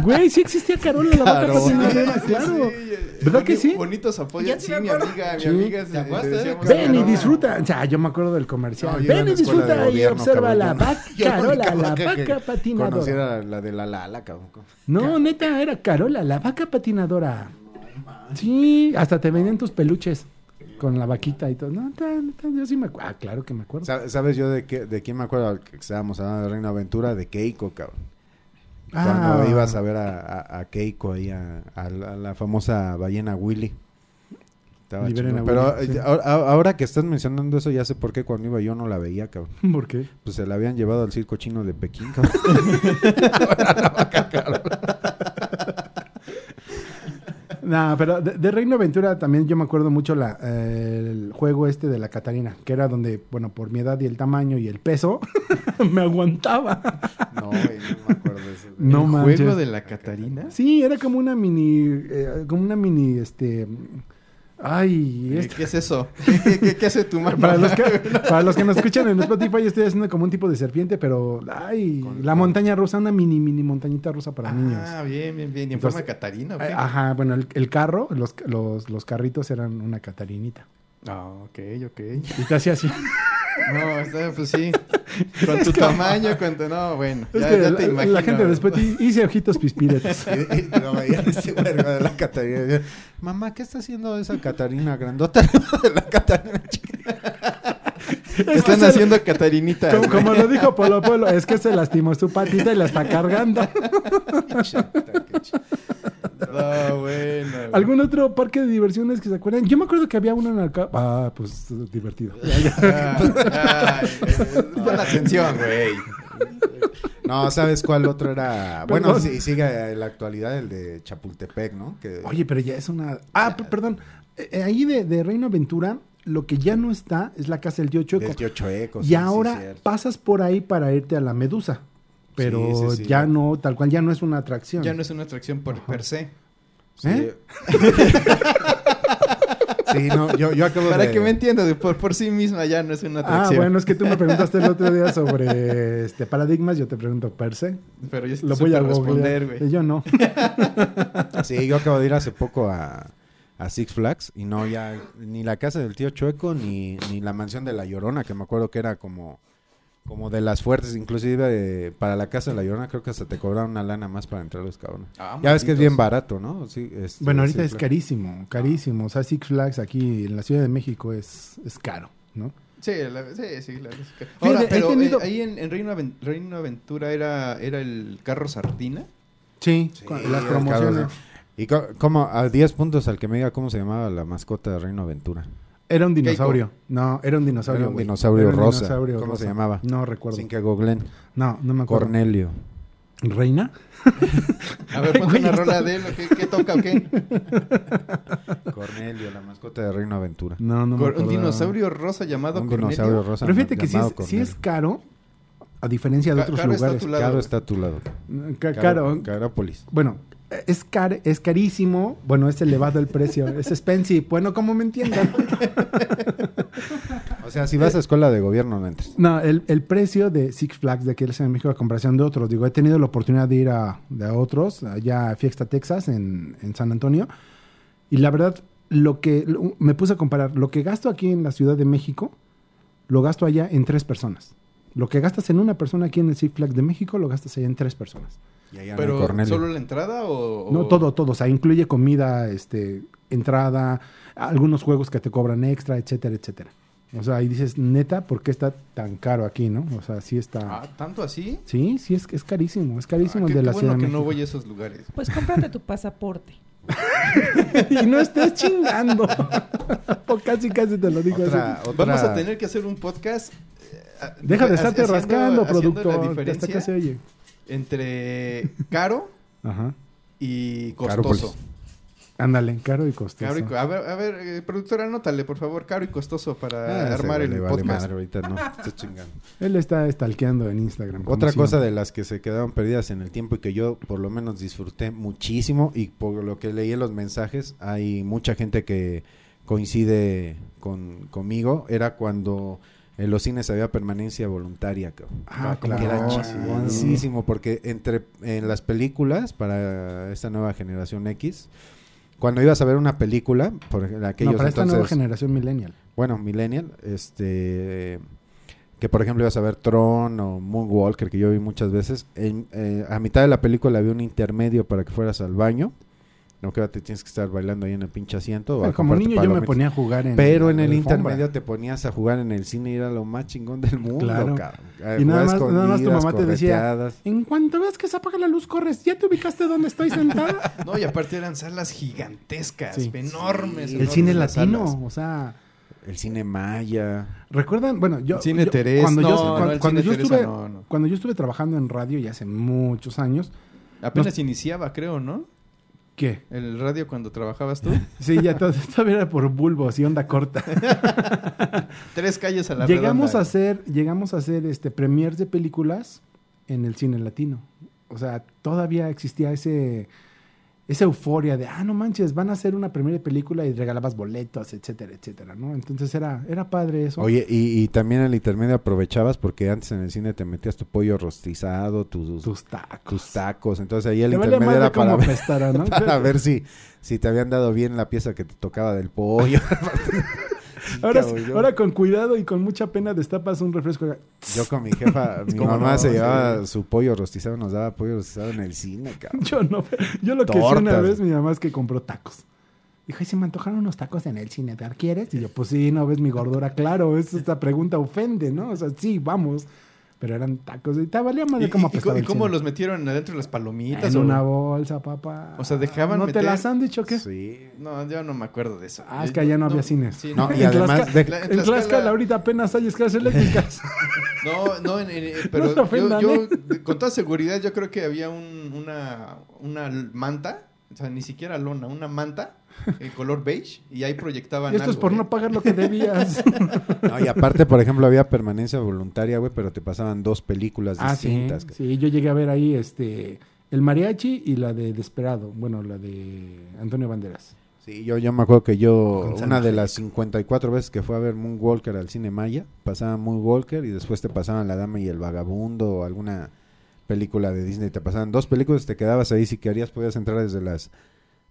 Güey, sí existía Carola, la vaca
Carola.
patinadora, claro. ¿Verdad que sí?
Bonitos apoyos,
Ya
sí,
sí me
mi
acuerdo.
amiga, mi
Sí.
amiga,
¿Te acuerdas?
le decíamos
Ven y
Carola.
disfruta. O sea, yo me acuerdo del
No,
comercial.
yo iba en
Ven
la
y
escuela de
disfruta y
gobierno,
observa
cabrón.
la vaca
*laughs* Yo la única
Carola, la
vaca que
vaca patinadora.
Conociera la de la Lala, cabrón.
No, neta, era Carola, la vaca patinadora. Sí, hasta te vendían tus peluches con la vaquita y todo. No, ta- ta- yo sí me acuerdo. Ah, claro que me acuerdo.
Sa- ¿Sabes yo de, qué, de quién me acuerdo? Que estábamos hablando de Reino Aventura, de Keiko, cabrón. Cuando
Ah.
ibas a ver a, a- a Keiko ahí, a, a la, a la famosa ballena Willy. Estaba
Liberen
chingón.
a
Pero
Willy,
eh,
sí.
ahora, ahora que estás mencionando eso, ya sé por qué cuando iba yo no la veía, cabrón.
*laughs* ¿Por qué?
Pues se la habían llevado al circo chino de Pekín, cabrón.
No, pero de, de Reino Aventura también yo me acuerdo mucho la, eh, el juego este de la Catarina, que era donde, bueno, por mi edad y el tamaño y el peso, *laughs* me aguantaba.
*laughs* No, güey, no me acuerdo de eso.
No
¿El
manches.
juego de la Catarina?
Sí, era como una mini, eh, como una mini, este, ay,
Eh,
esta-
¿Qué
*laughs*
es eso? *laughs* ¿Qué, qué- qué hace tu mamá?
Para los, que, para los que nos escuchan en Spotify, estoy haciendo como un tipo de serpiente, pero ay,
Con-
la
con-
montaña rusa, una mini, mini montañita rusa para niños.
Ah, bien, bien, bien. ¿Y en
Entonces- eh, ah.
forma Catarina o qué?
Ajá, bueno, el, el carro, los, los, los carritos eran una catarinita.
Ah, ok, ok.
Y te hacía así.
No, está, pues
*laughs*
sí. Con tu tamaño, con tu... No, bueno.
Es
Ya,
que
ya
la,
te
la
imagino.
gente después di- hice ojitos pispiretos.
Y- y lo veía ese verga de la Catarina. y decía, Mamá, ¿qué está haciendo esa Catarina grandota *laughs* de la Catarina chica?
*laughs*
Están haciendo Catarinita.
Como, como
*laughs*
lo dijo Polo Polo, es que se lastimó su patita y la está cargando.
No, Ah, bueno. güey.
¿Algún otro parque de diversiones que se acuerdan? Yo me acuerdo que había uno en Alca- Ah, pues divertido.
Eh,
*laughs*
Ah, ay, eh, Pon atención, güey.
No, ¿sabes cuál otro era?
Perdón.
Bueno, sí, sigue en la actualidad el de Chapultepec, ¿no? Que
Oye, pero ya es una. Ah, p- perdón. Eh, eh, ahí de, de Reino Aventura, lo que ya no está es la casa del tío Chueco.
del tío Chueco. sí,
y
sí,
ahora
cierto.
pasas por ahí para irte a la Medusa. Pero
Sí, sí, sí.
ya no, tal cual, ya no es una atracción.
Ya no es una atracción por per se.
Sí.
¿Eh?
*laughs* Sí, no, yo, yo acabo
Para
de...
que me entiendas, de por, por sí misma ya no es una
Ah,
atracción.
bueno, es que tú me preguntaste el otro día sobre este paradigmas, yo te pregunto per se.
Pero yo
Lo
lo
voy a
responder,
googlear. Eh,
güey.
Yo no.
Sí, yo acabo de ir hace poco a, a Six Flags y no, ya ni la casa del tío Chueco ni, ni la mansión de La Llorona, que me acuerdo que era como, como de las fuertes, inclusive eh, para la casa de La Llorona creo que hasta te cobraron una lana más para entrar los cabrones.
Ah,
Ya ves que es
malditos.
bien barato, ¿no? Sí, este,
Bueno, ahorita
Six
es
Flags.
carísimo, carísimo. O sea, Six Flags aquí en la Ciudad de México es, es caro, ¿no?
Sí, la- sí, sí. la- sí. Ahora,
he
pero eh,
tenido-
ahí en, en Reino, Aven- Reino Aventura era, era el carro sardina.
Sí,
Sí,
las
el
promociones.
cabrón. Y co- como a 10 puntos al que me diga cómo se llamaba la mascota de Reino Aventura.
Era un dinosaurio. No, era un dinosaurio.
Era un
güey.
dinosaurio
Era un
rosa.
dinosaurio
¿Cómo
rosa.
se llamaba?
No recuerdo.
Sin que googlen.
No, no me acuerdo.
Cornelio.
¿Reina?
A ver,
Güey,
ponte una
está-
rola de él, ¿o ¿qué, qué toca
*laughs*
o qué?
Cornelio, la mascota de Reino Aventura.
No, no me
Cor-
acuerdo.
un dinosaurio rosa llamado
Un
Cornelio.
dinosaurio rosa.
Pero fíjate que sí
llamado
es, sí es
Cornelio.
caro, a diferencia de
Ca-
otros
caro está
lugares. Mm,
tu lado,
Caro
güey.
está a tu lado.
Ca- Caro.
Carópolis.
Bueno, es, car- es carísimo. Bueno, es elevado el precio.
*laughs*
es expensive. Bueno, como me entiendan.
O sea, si vas a escuela de gobierno, no entres.
No, el, el precio de Six Flags de aquí en México a comparación de otros. Digo, he tenido la oportunidad de ir a, de a otros, allá a Fiesta Texas, en, en San Antonio. Y la verdad, lo que lo- me puse a comparar, lo que gasto aquí en la Ciudad de México, lo gasto allá en tres personas. Lo que gastas en una persona aquí en el Six Flags de México, lo gastas allá en tres personas.
Y allá en el
Pero
Cornelio.
solo la entrada o,
No,
o-
todo, todo. O sea, incluye comida, este, entrada, algunos juegos que te cobran extra, etcétera, etcétera. O sea, ahí dices, neta, ¿por qué está tan caro aquí, no? O sea, sí está...
Ah, tanto así.
Sí, sí, es, es carísimo. Es carísimo
Ah,
el
qué,
de
qué
la
bueno
Ciudad de
que
México.
no voy a esos lugares.
Pues cómprate tu pasaporte.
*laughs* y no estés chingando.
*laughs*
o casi, casi te lo digo
Otra-
así.
otra-
Vamos a tener que hacer un podcast. eh, a-
Deja de estarte
haciendo-
rascando,
haciendo La
productor. que Hasta que se
diferencia
oye.
entre caro
Ajá.
y
Caro,
costoso.
pues, Ándale, caro y costoso.
Caro y co- a ver, a ver, eh, productora, anótale, por favor, caro y costoso para
Ah,
armar
ese güey
el
le vale
podcast.
madre ahorita, no, está chingando.
Él está stalkeando en Instagram. como
Otra
siempre.
cosa de las que se quedaron perdidas en el tiempo y que yo por lo menos disfruté muchísimo y por lo que leí en los mensajes hay mucha gente que coincide con, conmigo era cuando en los cines había permanencia voluntaria. cabrón.
Ah,
Como que
claro.
era chingoncísimo, porque entre en las películas para esta nueva generación X cuando ibas a ver una película, por ejemplo, aquellos
No, para esta nueva
entonces-
generación millennial.
Ah,
bueno, Millennial, este que por ejemplo ibas a ver Tron o Moonwalker, que yo vi muchas veces, en- eh, a mitad de la película había un intermedio para que fueras al baño, no que ahora te tienes que estar bailando ahí en el pinche asiento. o a
Ah, Como
comprarte
niño yo me
palomitas.
ponía a jugar en
Pero en
la
el
alfombra.
intermedio te ponías a jugar en el cine y era lo más chingón del mundo,
Claro.
cabrón. Eh,
Y nada más-
jugabas
nada más tu
escondidas,
mamá te decía,
correteadas.
En cuanto veas que se apaga la luz, corres. ¿Ya te ubicaste donde estoy
*laughs*
sentada?
No, y aparte eran salas gigantescas,
Sí.
enormes.
el
enormes
cine
las
latino,
salas.
o sea...
el cine maya.
¿Recuerdan? Bueno, yo.
El cine
yo-
Teresa,
Cuando yo,
no,
cuando-
no, el
cuando
cine
yo
Teresa,
estuve,
no, no.
cuando yo estuve trabajando en radio ya hace muchos años,
Apenas iniciaba, creo, ¿no?
¿qué?
El radio cuando
*laughs*
trabajabas tú.
Sí, ya todo, todavía era por bulbos y onda
*laughs*
corta.
Tres calles a la
llegamos
redonda.
a hacer, llegamos a hacer este premiers de películas en el cine latino. O sea, todavía existía ese esa euforia de, ah, no manches, van a hacer una primera película y regalabas boletos, etcétera, etcétera, ¿no? Entonces era era padre eso.
Oye, y, y también en el intermedio aprovechabas porque antes en el cine te metías tu pollo rostizado, tus,
tus tacos.
tus tacos. Entonces ahí el
Te vale
intermedio
madre
era para
cómo
ver,
apestara, ¿no?
*laughs* para ver si, si te habían dado bien la pieza que te tocaba
*laughs*
del pollo. Sí,
ahora,
cabrón, yo,
ahora con cuidado y con mucha pena destapas un refresco.
yo con mi
*laughs*
jefa, mi
¿Cómo
mamá
no?
se
Sí.
llevaba su pollo rostizado, nos daba pollo rostizado en el cine,
*laughs*
cabrón.
Yo no. Yo lo que sé una
Tortas.
vez, mi mamá es que compró tacos. Dijo, "Ay, se me antojaron unos tacos en el cine, ¿te quieres? Y yo, pues sí, no ves mi gordura, claro, es- esta pregunta ofende, ¿no? O sea, sí, vamos. Pero eran tacos, y te valía
¿Y,
madre
y-
cómo
y co-
apestaba
y
el
cómo
cine.
los metieron adentro de las palomitas?
En
o-
una bolsa, papá.
O sea, dejaban
¿No
meter-
te las han dicho qué?
Sí.
No, yo no me acuerdo de eso.
Ah, es que allá no había cines.
sí,
No, y
En
además,
Tlaxcala-
de-
La-
En
Tlaxcala-
Tlaxcala ahorita apenas hay
*laughs*
escasas eléctricas.
No,
*laughs*
no, en- en- en- pero
No te ofendan, ¿eh?
yo, yo, con toda seguridad yo creo que había un- una, una manta, o sea, ni siquiera lona, una manta en color beige y ahí proyectaban
Esto es
algo,
por
¿eh? Pues
no pagar lo que
*laughs*
debías.
No, y aparte, por ejemplo, había permanencia voluntaria, güey, pero te pasaban dos películas
Ah, sí.
distintas. cabrón.
Sí, yo llegué a ver ahí este el mariachi y la de Desperado, bueno, la de Antonio Banderas.
Sí, yo, yo me acuerdo que yo,
Con Salma
una de las 54 veces que fue a ver Moonwalker al cine Maya, pasaban Moonwalker y después te pasaban La Dama y el Vagabundo o alguna película de Disney. Te pasaban dos películas, te quedabas ahí si querías, podías entrar desde las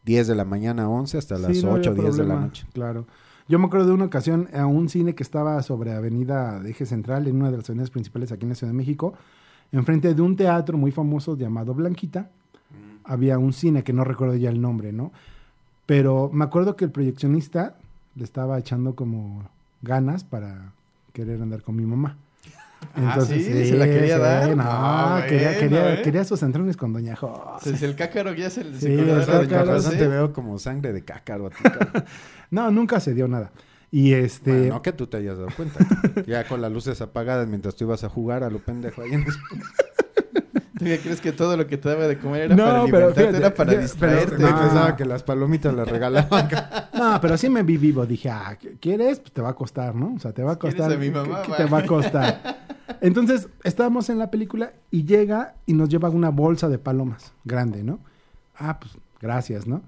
10 de la mañana, 11 hasta las
Sí, no
8
había
10 de la
problema,
noche.
Claro. Yo me acuerdo de una ocasión a un cine que estaba sobre Avenida de Eje Central, en una de las avenidas principales aquí en la Ciudad de México, enfrente de un teatro muy famoso llamado Blanquita.
Mm.
Había un cine que no recuerdo ya el nombre, ¿no? Pero me acuerdo que el proyeccionista le estaba echando como ganas para querer andar con mi mamá.
*laughs* Ah, ¿sí? ¿Se la quería dar?
No,
Ah,
quería,
bueno,
quería,
¿eh?
quería sus entrones con Doña
O
José.
sea, si el cácaro ya se, se
Sí, el
colaba de
cácaro,
Con
color,
razón
¿eh?
te veo como sangre de cácaro. a ti, cabrón.
No, nunca se dio nada. Y este...
Bueno, no que tú te hayas dado
*laughs*
cuenta. ya con las luces apagadas mientras tú ibas a jugar a lo pendejo ahí en el-
¿Tú ya crees que todo lo que te daba de comer era
No,
para
pero
alimentarte,
fíjate,
era para
fíjate,
distraerte?
pero-
Me
no.
pensaba que las palomitas las regalaban. *laughs* cabrón.
No, pero sí me vi vivo. Dije, ah, ¿quieres? Pues te va a costar, ¿no? O sea, te va a
¿Quieres
costar.
a mi mamá?
¿qué- qué te va a costar? Entonces, estábamos en la película y llega y nos lleva una bolsa de palomas grande, ¿no? Ah, pues gracias, ¿no?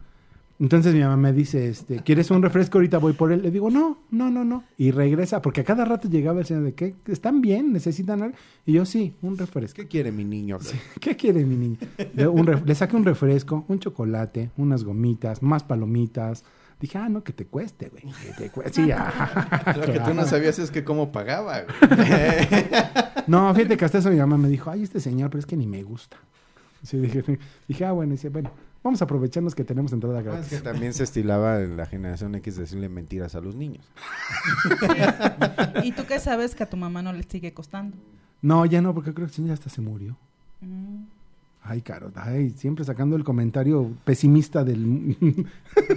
Entonces mi mamá me dice, este, ¿quieres un refresco? Ahorita voy por él. Le digo, no, no, no, no. Y regresa, porque a cada rato llegaba el señor de que están bien, necesitan algo. Y yo, sí, un refresco.
¿Qué quiere mi niño?
¿Qué quiere mi niño? Le, un ref- le saqué un refresco, un chocolate, unas gomitas, más palomitas. Dije, ah, no, que te cueste, güey. Que te cueste. Sí, ah,
Lo que tú
claro.
no sabías es que cómo pagaba.
*laughs*
güey.
No, fíjate que hasta eso mi mamá me dijo, ay, este señor, pero es que ni me gusta. Sí, dije, *laughs* dije ah, bueno, y dice, bueno, vamos a aprovecharnos que tenemos entrada
Ah, es que
gratis.
también se estilaba en la generación X decirle mentiras a los niños.
¿Y tú qué sabes que a tu mamá no le sigue costando?
No, ya no, porque creo que el señor hasta se murió.
Mm.
Ay, Caro, ay, siempre sacando el comentario pesimista del...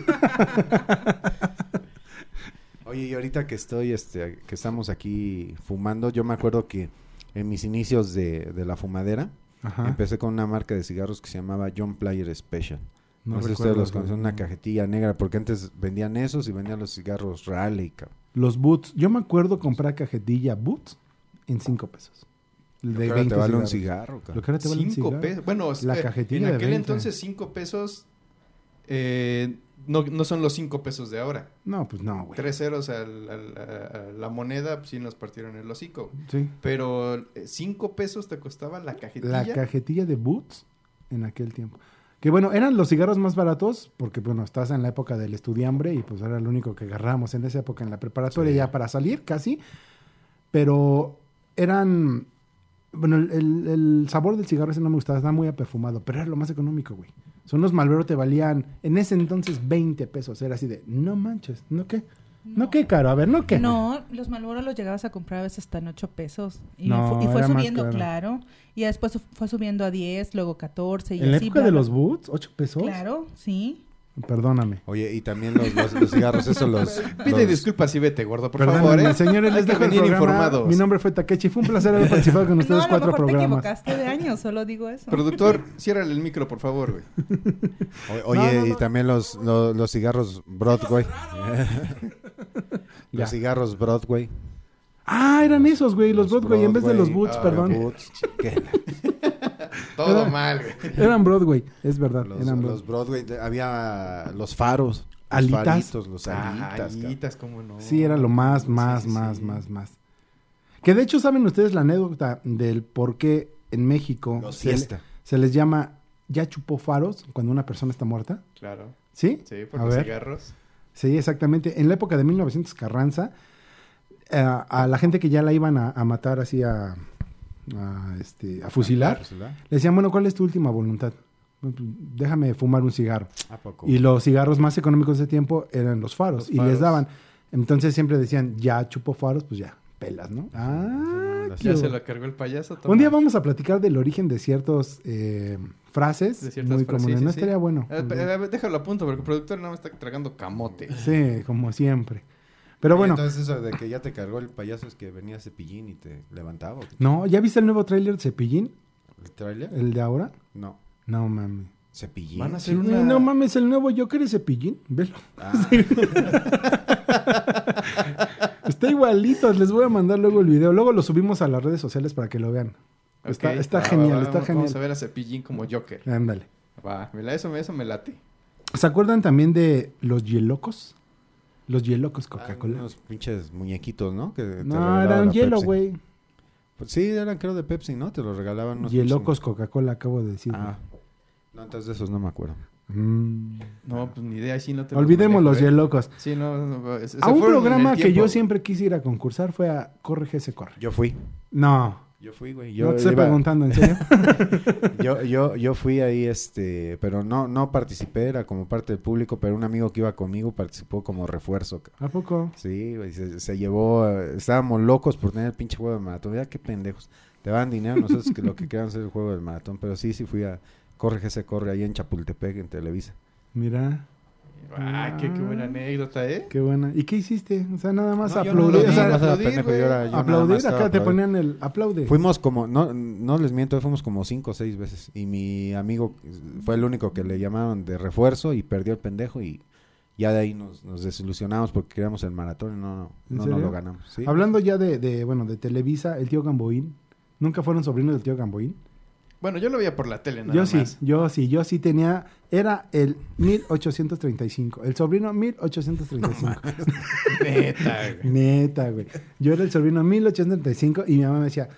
*laughs*
Oye, y ahorita que estoy, este, que estamos aquí fumando, yo me acuerdo que en mis inicios de, de la fumadera,
Ajá.
empecé con una marca de cigarros que se llamaba John Player Special. No, sé si
recuerdo
ustedes los
el nombre.
conocen, una cajetilla negra, porque antes vendían esos y vendían los cigarros Raleigh, cabrón.
Los boots. Yo me acuerdo comprar cajetilla boots en 5 pesos.
Lo
De
que ahora te
20
vale un
cigarros.
cigarro,
Lo
cabrón.
que ahora te vale un
cinco
cigarro.
pesos. Bueno, o sea,
La cajetilla
en
de
aquel
20.
entonces cinco pesos eh, no, no son los cinco pesos de ahora.
No, pues no, güey.
Tres ceros al- al- a, a la moneda, pues, sí nos partieron el hocico.
Sí.
Pero eh, cinco pesos te costaba la cajetilla.
La cajetilla de boots en aquel tiempo. Que bueno, eran los cigarros más baratos porque, bueno, estás en la época del estudiambre y pues era lo único que agarramos en esa época en la preparatoria
Sí.
ya para salir casi. Pero eran... Bueno, el, el- el sabor del cigarro ese no me gustaba, estaba muy perfumado, pero era lo más económico, güey. Son los Malboro te valían en ese entonces 20 pesos. Era así de, no manches, ¿no qué? ¿No, qué, caro? A ver, ¿no qué?
No, los Malboro los llegabas a comprar a veces hasta en 8 pesos. Y,
No,
fu- y fue
era más
subiendo,
caro.
claro. Y ya después su- fue subiendo a 10, luego 14 y
En la
así.
época
bla,
de
bla.
los boots, 8 pesos.
Claro, sí.
Perdóname.
Oye, y también los, los- los cigarros, esos los... *laughs*
Pide
los-
disculpas y vete, gordo, por
Perdónenme,
favor. ¿eh?
señores,
Hay
les
que
dejo el
venir
programa.
informados.
Mi nombre fue Takechi. Fue un placer haber participado con ustedes
*laughs* no, a lo
cuatro
mejor te
programas.
equivocaste de año, solo digo eso.
Productor, ciérrale el micro, por favor,
*laughs*
güey.
o- Oye,
No, no,
y
no.
también los, los, los cigarros
*laughs*
Broadway.
Ya.
los cigarros Broadway.
Ah, eran esos, güey, los Broadway, en vez de los
Broadway,
Boots,
ah,
perdón.
Boots, que la-
Todo mal, güey.
Eran Broadway, es verdad, *laughs*
Los,
eran
los
Broadway.
Broadway, de- había los faros.
Alitas.
Los faritos, los
Ah,
alitas. cabrón.
alitas, cómo no.
Sí, era lo más, más,
Sí,
más,
sí.
más, más. Que de hecho, ¿saben ustedes la anécdota del por qué en México
Los
se, le-
fiesta.
se les llama ya chupó faros cuando una persona está muerta?
Claro.
¿Sí?
Sí, por
A
los
ver.
cigarros.
Sí, exactamente. En la época de 1900 Carranza, eh, a la gente que ya la iban a, a matar así a, a, este, a
Ah,
fusilar, le decían, bueno, ¿cuál es tu última voluntad? "Bueno, pues, Déjame fumar un cigarro.
¿A poco?
Y los cigarros más económicos de ese tiempo eran los faros. y
Los
les
faros.
daban. Entonces siempre decían, ya chupo faros, pues ya, pelas, ¿no? Ah,
Ya
qué
Ya se
hubo.
lo cargó el payaso. toma.
Un día vamos a platicar del origen de ciertos eh, frases
De ciertas
muy
frases,
comunes.
sí,
no
sí.
estaría bueno.
Eh, pe- eh, déjalo a punto, porque el productor nada más está tragando camote.
Sí, como siempre. Pero bueno.
Entonces eso de que ya te cargó el payaso es que venía Cepillín y te levantaba. ¿o qué?
No, ¿ya viste el nuevo tráiler de Cepillín?
¿El tráiler?
¿El de ahora?
No.
No mames.
Cepillín.
Van a hacer
Sí,
una...
No mames, el nuevo Joker es Cepillín. Velo. *laughs*
Ah,
Está igualito. Les voy a mandar luego el video. Luego lo subimos a las redes sociales para que lo vean.
Ok,
Está, está
va, va,
genial,
va,
está
vamos- Vamos a
genial.
ver a Cepillín como Joker.
Ándale.
Va, me la- eso, me- eso me late.
¿Se acuerdan también de los hielocos? Los
Ah,
hielocos Coca-Cola.
Ah, unos pinches muñequitos, ¿no? Que te
no,
regalaba
era
la
un hielo,
Pepsi.
güey.
Pues sí, eran creo de Pepsi, ¿no? Te los regalaban unos pinches
Hielocos Coca-Cola, acabo de decir.
Ah. No, entonces de esos no me acuerdo.
güey. Mm.
No, pues ni idea, sí no te lo
Olvidemos los
manejo, ¿eh?
hielocos.
Sí, no, no, no, se- se
A un
fueron en el
programa que
tiempo,
yo
güey.
siempre quise ir a concursar fue a Corre GS Corre.
Yo fui.
No,
Yo fui, güey.
no te estoy preguntando, ¿en serio?
Yo, yo, yo fui ahí, este, pero no, no participé, era como parte del público, pero un amigo que iba conmigo participó como refuerzo. ca-
¿A poco?
Sí, güey, se, se llevó, eh, estábamos locos por tener el pinche juego del maratón, ya qué pendejos. Te dan dinero, nosotros que lo
*laughs*
que queríamos es el juego del maratón, pero sí, sí fui a Corre que se corre ahí en Chapultepec, en Televisa.
Mira.
Ah, qué, qué buena anécdota, ¿eh?
Qué buena. ¿Y qué hiciste? O sea, nada más
No, yo no
aplaudir.
lo
o sea,
vi, o sea,
aplaudir,
pendejo, yo
güey.
era- yo nada
aplaudir.
más estaba
Acá te
aplaudiendo.
ponían el aplaude.
Fuimos como, no, no les miento, fuimos como cinco o seis veces. Y mi amigo fue el único que le llamaron de refuerzo y perdió el pendejo y ya de ahí nos, nos desilusionamos porque queríamos el maratón y no,
¿En
no, no, no
serio?
lo ganamos. ¿sí?
Hablando ya de, de, bueno, de Televisa, el tío Gamboín. ¿Nunca fueron sobrinos del tío Gamboín?
Bueno, yo lo veía por la tele, nada
yo
más. *laughs*
sí, yo sí, yo sí tenía. Era el 1835, el sobrino 1835.
Neta, güey.
Neta, güey. Yo era el sobrino 1835 y mi mamá me decía,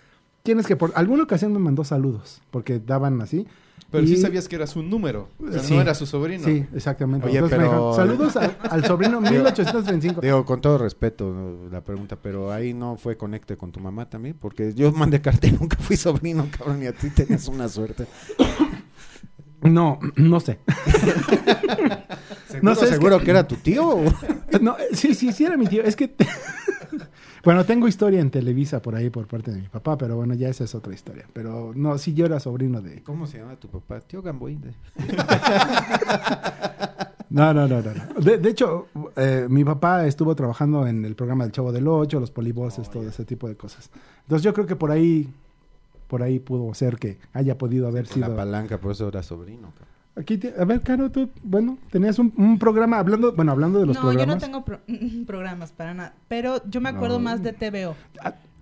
tienes que por alguna ocasión me mandó saludos porque daban así.
Pero
Y-
sí sabías que era su número. O sea,
Sí.
no era su sobrino.
Sí, exactamente.
Oye,
Entonces me
pero-
dijo, saludos
*laughs*
al, al sobrino 1835.
Digo, con todo respeto ¿no? la pregunta, pero ahí no fue conecte con tu mamá también, porque yo mandé carta y nunca fui sobrino, cabrón, y a ti tenías una suerte.
No, no sé.
Seguro,
No sé, es
seguro que... era tu tío.
*laughs* No, eh, sí, sí, sí era mi tío. Es que... *laughs* bueno, tengo historia en Televisa por ahí por parte de mi papá, pero bueno, ya esa es otra historia. Pero no, sí, yo era sobrino de...
¿Cómo se llama tu papá? Tío Gamboín. ¿eh? de-
No, no, no, no. no. De, de hecho, eh, mi papá estuvo trabajando en el programa del Chavo del Ocho, los polivoces, todo ese tipo de cosas. Entonces yo creo que por ahí, por ahí pudo ser que haya podido haber
Con la
sido.
palanca, por eso era sobrino. cabrón.
Aquí, te- a ver, Caro, tú, bueno, tenías un, un programa hablando, bueno, hablando de los
no, yo no
programas.
tengo pro- *laughs* programas para nada. Pero yo me acuerdo
No.
más de TVO.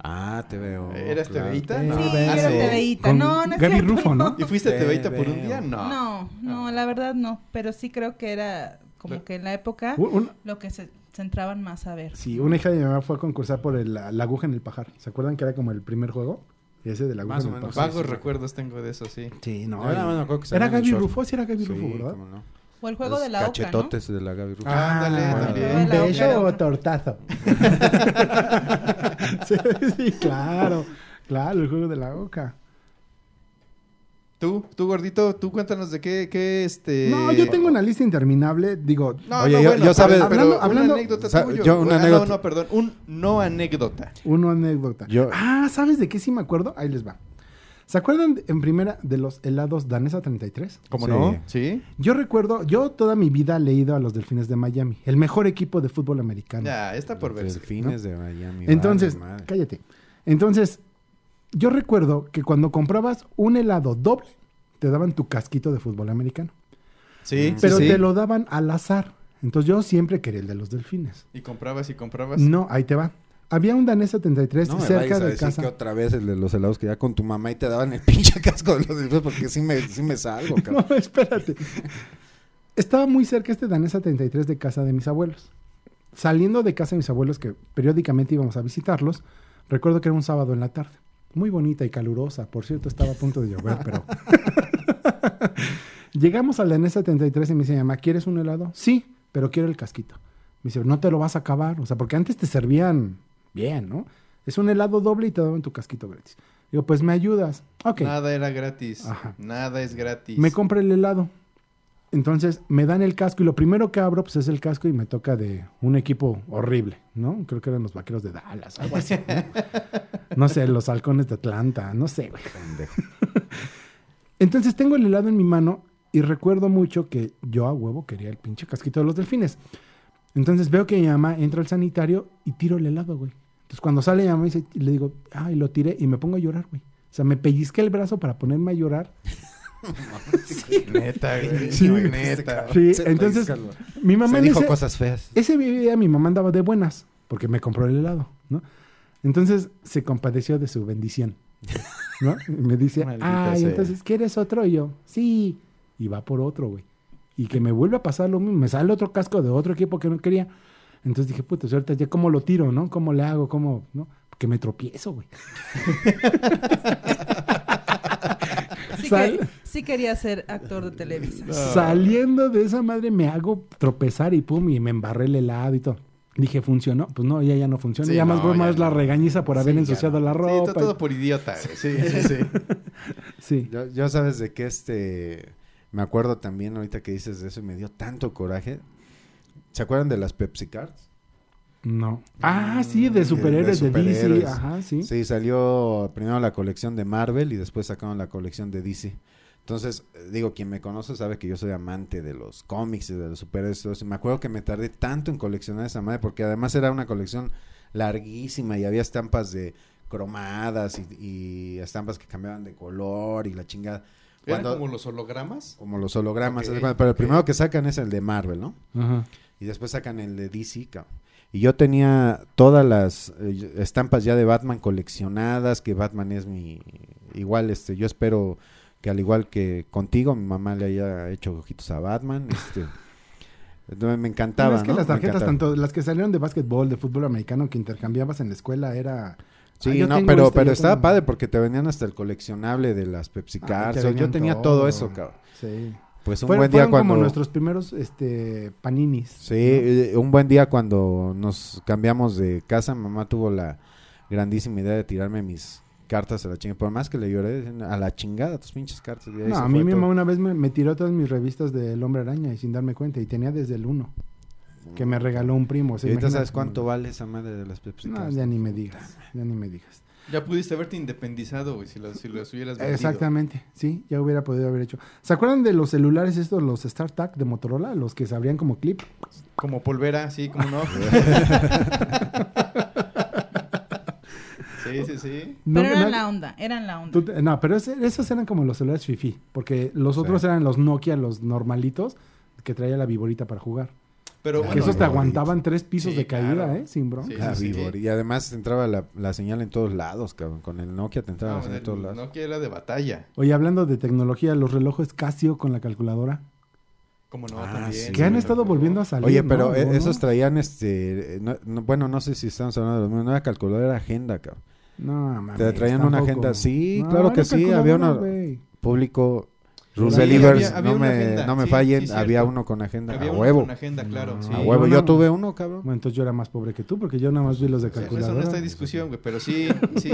Ah, te veo.
¿Eras TVita?
No.
este No.
sí,
ah,
era
sí.
este
TVita.
Con
no, no es
Gaby
cierto,
Rufo, ¿no?
¿Y fuiste a
Te
Tebeita por un
veo.
día? No.
*laughs* No, no, la verdad no. Pero sí creo que era como
Lo-
que en la época
Un- un-
lo que se centraban más a ver.
sí, una hija de mi mamá fue a concursar por el- la, la aguja en el pajar. ¿Se acuerdan que era como el primer juego? Ese de la aguja
Más o
en el
menos,
pajar.
Sí,
Vagos
sí, me
recuerdos tengo de eso, sí.
Sí, no.
Era,
y-
bueno, creo que
era
salía en el
Gaby
short.
Rufo, sí era Gaby Rufo,
Sí,
¿verdad?
cómo no.
O el juego
Los
de la oca, ¿no?
cachetotes de la Gaby Rufo. Ah,
Ándale,
Ah, ¿Un
también.
La oca era
beso o
otra.
tortazo? *laughs* sí, sí, claro. Claro, el juego de la boca.
Tú, tú gordito, tú cuéntanos de qué, qué este...
No, yo tengo una lista interminable. Digo,
No,
Oye,
no,
yo-
bueno,
yo
pero-
sabes-
pero
Hablando-
una
hablando-
anécdota
Sa-
tuya,
yo
güey.
una
Ah, no,
anécdota-
no, perdón, un no anécdota.
una anécdota.
Yo-
Ah, ¿sabes de qué sí me acuerdo? Ahí les va. ¿Se acuerdan de- en primera de los helados Danesa 33?
¿Cómo
Sí.
no? Sí.
Yo recuerdo, yo toda mi vida le he ido a los Delfines de Miami, el mejor equipo de fútbol americano.
Ya, está por verse.
Delfines de Miami.
Entonces,
vale, madre.
cállate. Entonces, yo recuerdo que cuando comprabas un helado doble, te daban tu casquito de fútbol americano.
Sí,
Pero
sí, sí.
te lo daban al azar. Entonces yo siempre quería el de los delfines.
Y comprabas y comprabas.
No, ahí te va. Había un danés 73
Pues No me
cerca
vayas a
de
decir que
casa.
otra vez el de los helados que ya con tu mamá y te daban el *laughs* pinche casco de los helados porque sí me, sí
*laughs*
me salgo, cabrón.
No, espérate. Estaba muy cerca este danés 73 de casa de mis abuelos. Saliendo de casa de mis abuelos, que periódicamente íbamos a visitarlos, recuerdo que era un sábado en la tarde. Muy bonita y calurosa, por cierto, estaba a punto de llover, pero. Llegamos al danés 73 y me dice mi mamá, ¿quieres un helado? Sí, pero quiero el casquito. Me dice, no te lo vas a acabar, o sea, porque antes te servían bien, ¿no? Es un helado doble y te daban tu casquito gratis. Digo, pues me ayudas. Ok.
Nada era gratis.
Ajá.
Nada es gratis.
Me compra el helado. Entonces me dan el casco y lo primero que abro pues es el casco y me toca de un equipo horrible, ¿no? Creo que eran los vaqueros de Dallas, algo así. No, No sé, los halcones de Atlanta, no sé, güey. *laughs* Entonces tengo el helado en mi mano y recuerdo mucho que yo a huevo quería el pinche casquito de los delfines. Entonces veo que mi mamá entra al sanitario y tiro el helado, güey. Entonces cuando sale mi mamá dice- y le digo, ay, lo tiré y me pongo a llorar, güey. O sea, me pellizqué el brazo para ponerme a llorar
Neta,
*laughs*
güey.
Sí,
güey,
güey.
neta.
Sí,
Se
entonces
pellizca, güey.
mi mamá
Se
en
dijo
ese,
cosas feas.
ese día mi mamá andaba de buenas porque me compró el helado, ¿no? Entonces se compadeció de su bendición, ¿no? Y me dice,
Maldita
ay,
sea".
entonces quieres otro y yo, sí, y va por otro, güey. Y que me vuelve a pasar lo mismo, me sale otro casco de otro equipo que no quería. Entonces dije, puta, suerte, ya cómo lo tiro, ¿no? ¿Cómo le hago? ¿Cómo? ¿No? Porque me tropiezo, güey.
Sí,
Sal-
que- sí quería ser actor de Televisa.
Saliendo de esa madre me hago tropezar y pum, y me embarré el helado y todo. Dije, ¿funcionó? Pues no, ya, ya no funciona.
Sí,
ya más
no,
veo
ya
más la
no.
regañiza por haber
Sí, ya
ensuciado
no.
la
Sí,
ropa.
todo, todo por idiota.
*laughs*
güey. Sí, sí, sí.
Sí.
*laughs* Yo, yo sabes de que este. Me acuerdo también ahorita que dices de eso y me dio tanto coraje. ¿Se acuerdan de las Pepsi Cards?
No. Ah, sí,
Mm, de
de superhéroes de, DC.
superhéroes.
Ajá, sí.
Sí, salió primero la colección de Marvel y después sacaron la colección de DC. Entonces, eh, digo, quien me conoce sabe que yo soy amante de los cómics y de los superhéroes. y todo eso. Me acuerdo que me tardé tanto en coleccionar esa madre porque además era una colección larguísima y había estampas de cromadas y, y estampas que cambiaban de color y la chingada.
¿Eran
Cuando-
como los hologramas?
como los hologramas.
Ok,
haz de cuenta, pero el
ok.
primero que sacan es el de Marvel, ¿no?
Ajá.
Y después sacan el de DC, cabrón. Y yo tenía todas las eh, estampas ya de Batman coleccionadas, que Batman es mi... Igual, este, yo espero que al igual que contigo, mi mamá le haya hecho ojitos a Batman. Este, *laughs* entonces me encantaba.
No, es que
¿no?
las
Me
tarjetas,
encantaba.
tanto las que salieron de básquetbol, de fútbol americano, que intercambiabas en la escuela, era... Ah,
Sí,
yo
no,
tengo
pero,
esto,
pero
yo
estaba
tengo-
padre porque te vendían hasta el coleccionable de las Pepsi
Ah,
Cars.
te
o sea, yo
venían
tenía todo, eso, cabrón.
Sí.
Pues un
Fueron-
buen día
fueron
cuando.
como nuestros primeros este, paninis.
Sí, eh, un buen día cuando nos cambiamos de casa, mamá tuvo la grandísima idea de tirarme mis cartas a la chingada. Por más que le lloré, a la chingada tus pinches cartas. y ahí
No,
se
a mí
fue
mi
todo.
mamá una vez me, me tiró todas mis revistas del Hombre Araña y sin darme cuenta. Y tenía desde el 1 que me regaló un primo. o
Y
sea,
ahorita
imagínate
sabes
cómo-
cuánto pues, vale esa madre de las Pepsi
No,
Cars.
ya ni me digas. Ya ni me digas.
Ya pudiste haberte independizado, güey, si los, si los hubieras vendido.
Exactamente, sí, ya hubiera podido haber hecho. ¿Se acuerdan de los celulares estos, los StarTAC de Motorola? Los que se abrían como clip.
Como polvera, sí, como no. sí, sí, sí.
No,
pero eran
no-
la onda, eran la onda.
tú te- no, pero ese- esos eran como los celulares fifi, porque los
Sí.
otros eran los Nokia, los normalitos, que traía la viborita para jugar.
Que
Pero
que
bueno,
esos te
viborita.
aguantaban tres pisos
Sí,
de caída,
claro.
¿eh? Sin bronca.
Sí,
Ah,
sí, sí.
víbora. Y además entraba la, la señal en todos lados, cabrón. Con el Nokia te entraba
no,
la señal en todos
el-
lados.
no que era de batalla.
Oye, hablando de tecnología, los relojes Casio con la calculadora,
Como no,
Ah,
también.
sí.
que han
me
estado volviendo a salir.
Oye,
¿no?
pero eh,
Luego, ¿no?
esos traían este. eh, no- no- bueno, no sé si estamos hablando de lo mismo. No era calculadora, era agenda, cabrón.
No, mames,
te traían una
tampoco.
agenda, sí, claro que
era
sí, había una-
calculadora, güey.
Público, Rule
Sí,
Believers,
había- había
no,
una
me,
agenda,
no me
sí,
fallen.
sí,
había
cierto.
uno con agenda.
Había
a
uno
huevo.
con agenda, claro.
No,
sí.
A huevo.
Yo
Yo
no.
tuve uno, cabrón.
Bueno, entonces yo era más pobre que tú, porque yo nada más vi los de
O sea, Eso
calculadora.
no está en discusión, güey, pero sí, sí,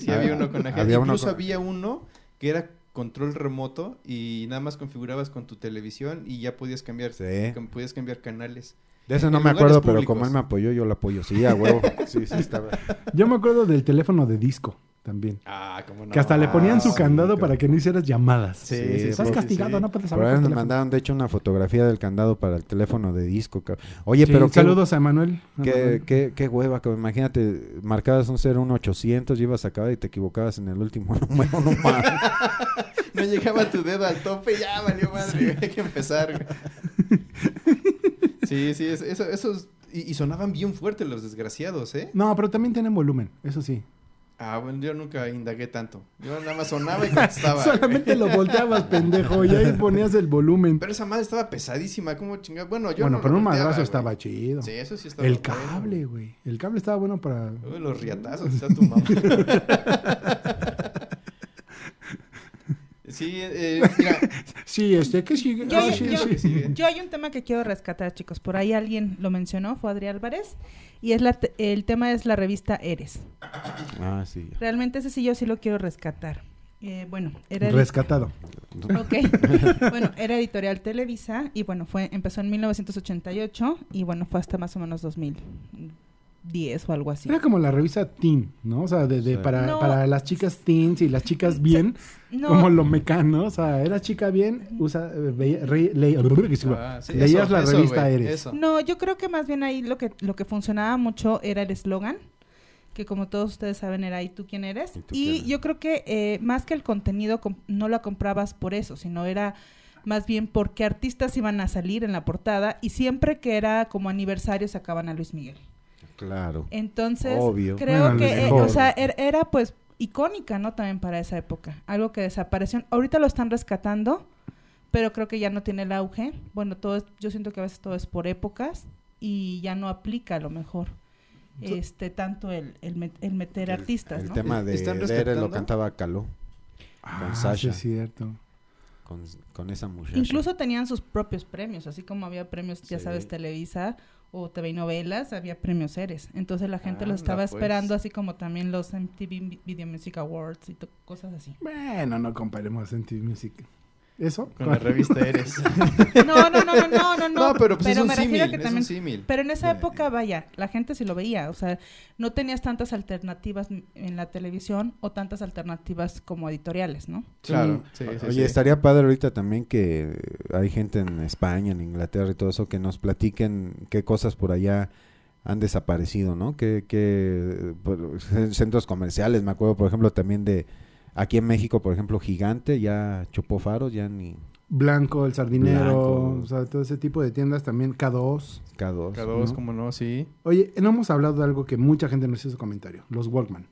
sí había uno con agenda.
Ah, Había uno
Incluso
con-
había uno que era control remoto y nada más configurabas con tu televisión y ya podías cambiar,
Sí.
cam- podías cambiar canales.
De eso
en
no me
lugares
acuerdo, pero
públicos.
como él me apoyó, yo lo apoyo. Sí, a
*laughs*
huevo. Sí, sí, estaba.
Yo me acuerdo del teléfono de disco también.
Ah, cómo no.
que hasta le ponían su
Ah, sí,
candado
claro.
para que no hicieras llamadas.
Sí,
sí, sí,
Estás
sí,
castigado, no puedes
Por
hablar.
ahí
por
nos
teléfono.
mandaron, de hecho, una fotografía del candado para el teléfono de disco. cabrón. Oye,
Sí,
pero qué-
saludos a Emanuel.
Qué,
Emanuel.
qué, qué hueva, cabrón. imagínate, marcabas un 01800, ibas a acabar y te equivocabas en el último *laughs* número, no mames.
No llegaba tu dedo al tope y ya valió madre, güey, hay que empezar. güey. Sí, sí, es- eso, esos... Y, y sonaban bien fuerte los desgraciados, ¿eh?
No, pero también tienen volumen, eso sí.
Ah, bueno, yo nunca indagué tanto. Yo nada más sonaba y
*laughs*
contestaba. güey.
Solamente lo volteabas, pendejo, y ahí ponías el volumen.
Pero esa madre estaba pesadísima, ¿cómo chingada? Bueno, yo
bueno,
no
pero
lo
un
volteaba,
madrazo
güey.
estaba chido.
Sí, eso sí estaba
el
bueno.
cable, güey. El cable estaba bueno para...
Uy, los riatazos, está
*laughs*
tu mamá. sí, eh, mira,
Sí, este, que sigue?
Yo-
Ah,
yo-
sí,
yo-
sí.
sí.
Yo hay un tema que quiero rescatar, chicos. Por ahí alguien lo mencionó, fue Adri Álvarez. Y es la te- el tema es la revista Eres.
Ah, sí.
Realmente ese sí yo sí lo quiero rescatar. Eh, bueno, era... de-
Rescatado.
*laughs*
Ok. bueno, era editorial Televisa y bueno, fue empezó en 1988 y bueno, fue hasta más o menos 2010 o algo así.
Era como la revista Teen, ¿no? O sea, de, de-
Sí.
para,
No.
para las chicas teens y las chicas bien,
No,
como lo mecano. O sea, era chica bien, usa, eh, veía- re- leía-
ah, sí,
leías
eso,
la
eso,
revista
güey,
Eres.
eso.
no, yo creo que más bien ahí lo que lo que funcionaba mucho era el eslogan, que como todos ustedes saben era ¿y tú quién eres?
¿Y tú
Y
quién eres?
yo creo que eh, más que el contenido com- no la comprabas por eso, sino era más bien por qué artistas iban a salir en la portada y siempre que era como aniversario sacaban a Luis Miguel.
Claro.
Entonces,
Obvio.
creo
Bueno,
que,
a lo
eh,
mejor.
o sea, er- era pues icónica, ¿no? También para esa época. Algo que desapareció. Ahorita lo están rescatando, pero creo que ya no tiene el auge. Bueno, todo es- yo siento que a veces todo es por épocas y ya no aplica a lo mejor. Este, tanto el, el, met- el meter artistas,
El
¿no?
tema de,
¿Están
de Eres
rescatando?
lo cantaba Caló,
Ah,
Con
sí
Sasha.
es cierto.
con, con esa muchacha.
Incluso tenían sus propios premios, así como había premios, ya
Sí.
sabes, Televisa o TV y novelas, había premios Eres. Entonces la gente lo
Anda,
estaba
pues.
esperando, así como también los MTV Video Music Awards y to- cosas así.
Bueno, no comparemos en TV Music. ¿Eso?
Con la revista
*laughs*
Eres.
No, no, no, no, no, no.
No, pero pues es un
me refiero a
símil,
que
es un
también-
símil.
Pero en esa
Sí.
época, vaya, la gente sí lo veía. O sea, no tenías tantas alternativas m- en la televisión o tantas alternativas como editoriales, ¿no?
Claro, sí, sí,
Oye,
sí.
estaría padre ahorita también que hay gente en España, en Inglaterra y todo eso que nos platiquen qué cosas por allá han desaparecido, ¿no? Que, que por- *laughs* cen- centros comerciales, me acuerdo, por ejemplo, también de aquí en México, por ejemplo, Gigante ya chupó faros, ya ni
Blanco, el sardinero,
Blanco.
o sea, todo ese tipo de tiendas también, K2.
K2.
K2,
¿no?
como no, sí.
Oye, no hemos hablado de algo que mucha gente nos hizo comentario, los Walkman.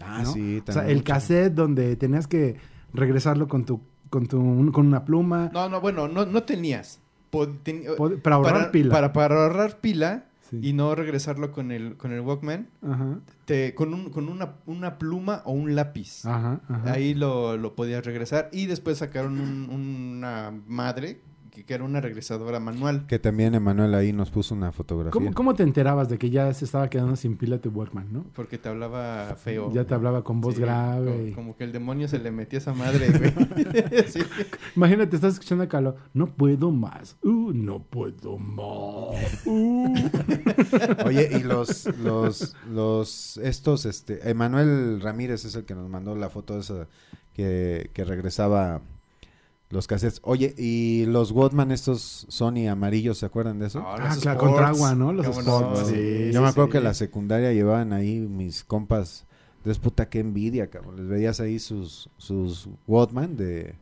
Ah,
¿no?
sí,
O sea,
también
el
mucho.
cassette donde tenías que regresarlo con tu con, tu- con una pluma.
No, no, bueno, no, no tenías. Po- ten- eh,
Pod- para ahorrar pila.
Para, para ahorrar pila
Sí.
y no regresarlo con el, con el Walkman,
Ajá,
te, con, un- con una, una pluma o un lápiz.
ajá, Ah, ajá.
Ahí lo, lo podías regresar. Y después sacaron un- una madre que, que era una regresadora manual.
Que también Emanuel ahí nos puso una fotografía.
¿Cómo, cómo te enterabas de que ya se estaba quedando sin pila tu Walkman, no?
Porque te hablaba feo.
Ya te hablaba con voz
Sí,
grave.
co-
y-
Como, que el demonio se le metía esa
*laughs*
madre, güey. *laughs* Sí.
Imagínate, estás escuchando a Calo. No puedo más. Uh, no puedo
*laughs*
más. Uh.
Oye, y los, los, los, estos, este, Emanuel Ramírez es el que nos mandó la foto esa que, que regresaba los cassettes. Oye, y los Wattman, estos Sony amarillos, ¿se acuerdan de eso?
No,
Ah, claro,
los sports.
contra agua, ¿no? Los
Cómo
Oh,
sports,
no,
sí,
Yo me acuerdo
sí.
que en la secundaria llevaban ahí mis compas. Entonces, puta, qué envidia, cabrón. Les veías ahí sus, sus Wattman de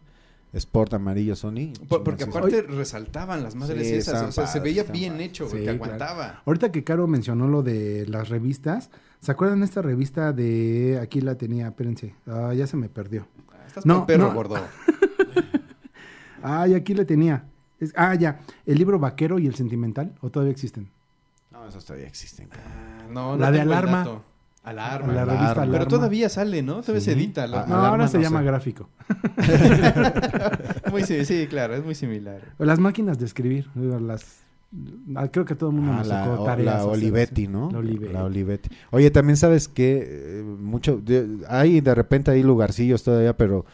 Sport amarillo Sony.
Por- porque
Chingazos.
aparte resaltaban las madres
Sí,
esas. O sea, se
estaban
veía
padres,
bien
estaban
hecho, güey.
Sí,
te
claro.
aguantaba.
Ahorita que Caro mencionó lo de las revistas, ¿se acuerdan de esta revista de... Aquí la tenía, espérense. Ah, ya se me perdió.
Estás
No,
no, perro,
no.
gordo.
Ay, aquí la tenía. Es- ah, ya. El libro vaquero y el sentimental, ¿o todavía existen?
No, esos todavía existen, cabrón.
Ah, No, no
La de
tengo el
Alarma.
dato. Alarma.
La revista
Pero
Alarma.
todavía sale, ¿no? Todavía se
Sí.
edita. la-
Ah,
No,
Alarma,
ahora *laughs* se
no
llama
sé.
gráfico.
muy, sí, sí, claro, es muy similar.
Las máquinas de escribir, digo, las... ah, Creo que todo el mundo
Ah,
nos
la,
sacó
o-
tareas.
la
o sea,
Olivetti,
sí.
¿no?
La Olivetti.
Olivetti. Oye, también sabes que eh, mucho de- hay de repente hay lugarcillos todavía, pero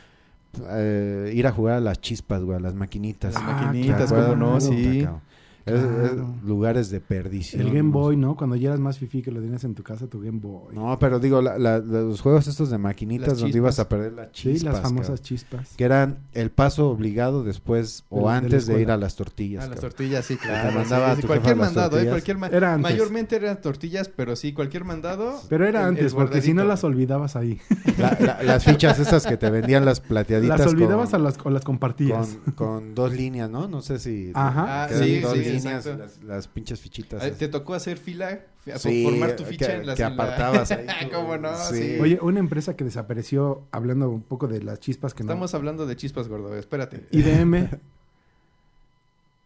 eh, ir a jugar a las chispas, güey, a las maquinitas.
Las
Ah,
maquinitas,
claro.
cómo no,
Puta,
sí. Ah,
cabrón. Es- es
Claro.
lugares de perdición.
El Game
¿no?
Boy, ¿no? Cuando ya eras más fifi que lo tenías en tu casa, tu Game Boy.
No, pero digo, la- la- los juegos estos de maquinitas
Las
donde
chispas.
ibas a perder las
sí,
chispas.
las famosas
cabrón,
chispas.
Que eran el paso obligado después
De
o
la- de la
antes de, ir
escuela.
a las tortillas.
Ah, las
cabrón.
tortillas, sí, claro.
mandaba
sí,
tu
cualquier
jefa las
mandado, ¿eh?
tortillas.
Cualquier ma-
Era antes.
Mayormente eran tortillas, pero sí, cualquier mandado.
Pero era
el- el
antes, porque si no
guardadito.
las olvidabas ahí.
La- la- las fichas esas que te vendían las plateaditas.
*laughs* Las olvidabas
con-
a las, o las compartías.
con, con dos líneas, ¿no? No sé si.
Ajá.
Ah,
quedan
sí,
dos
sí,
líneas,
exacto.
las, las pinches fichitas.
Ah,
esas.
Te tocó hacer fila, fi- a
Sí,
formar tu
eh,
ficha
que-
en la
que
en la-
apartabas
*laughs*
ahí tu-
¿Cómo no?
sí.
Sí.
Oye, una empresa que desapareció, hablando un poco de las chispas que
Estamos hablando de chispas, gordo, espérate.
no.
*laughs*
IBM.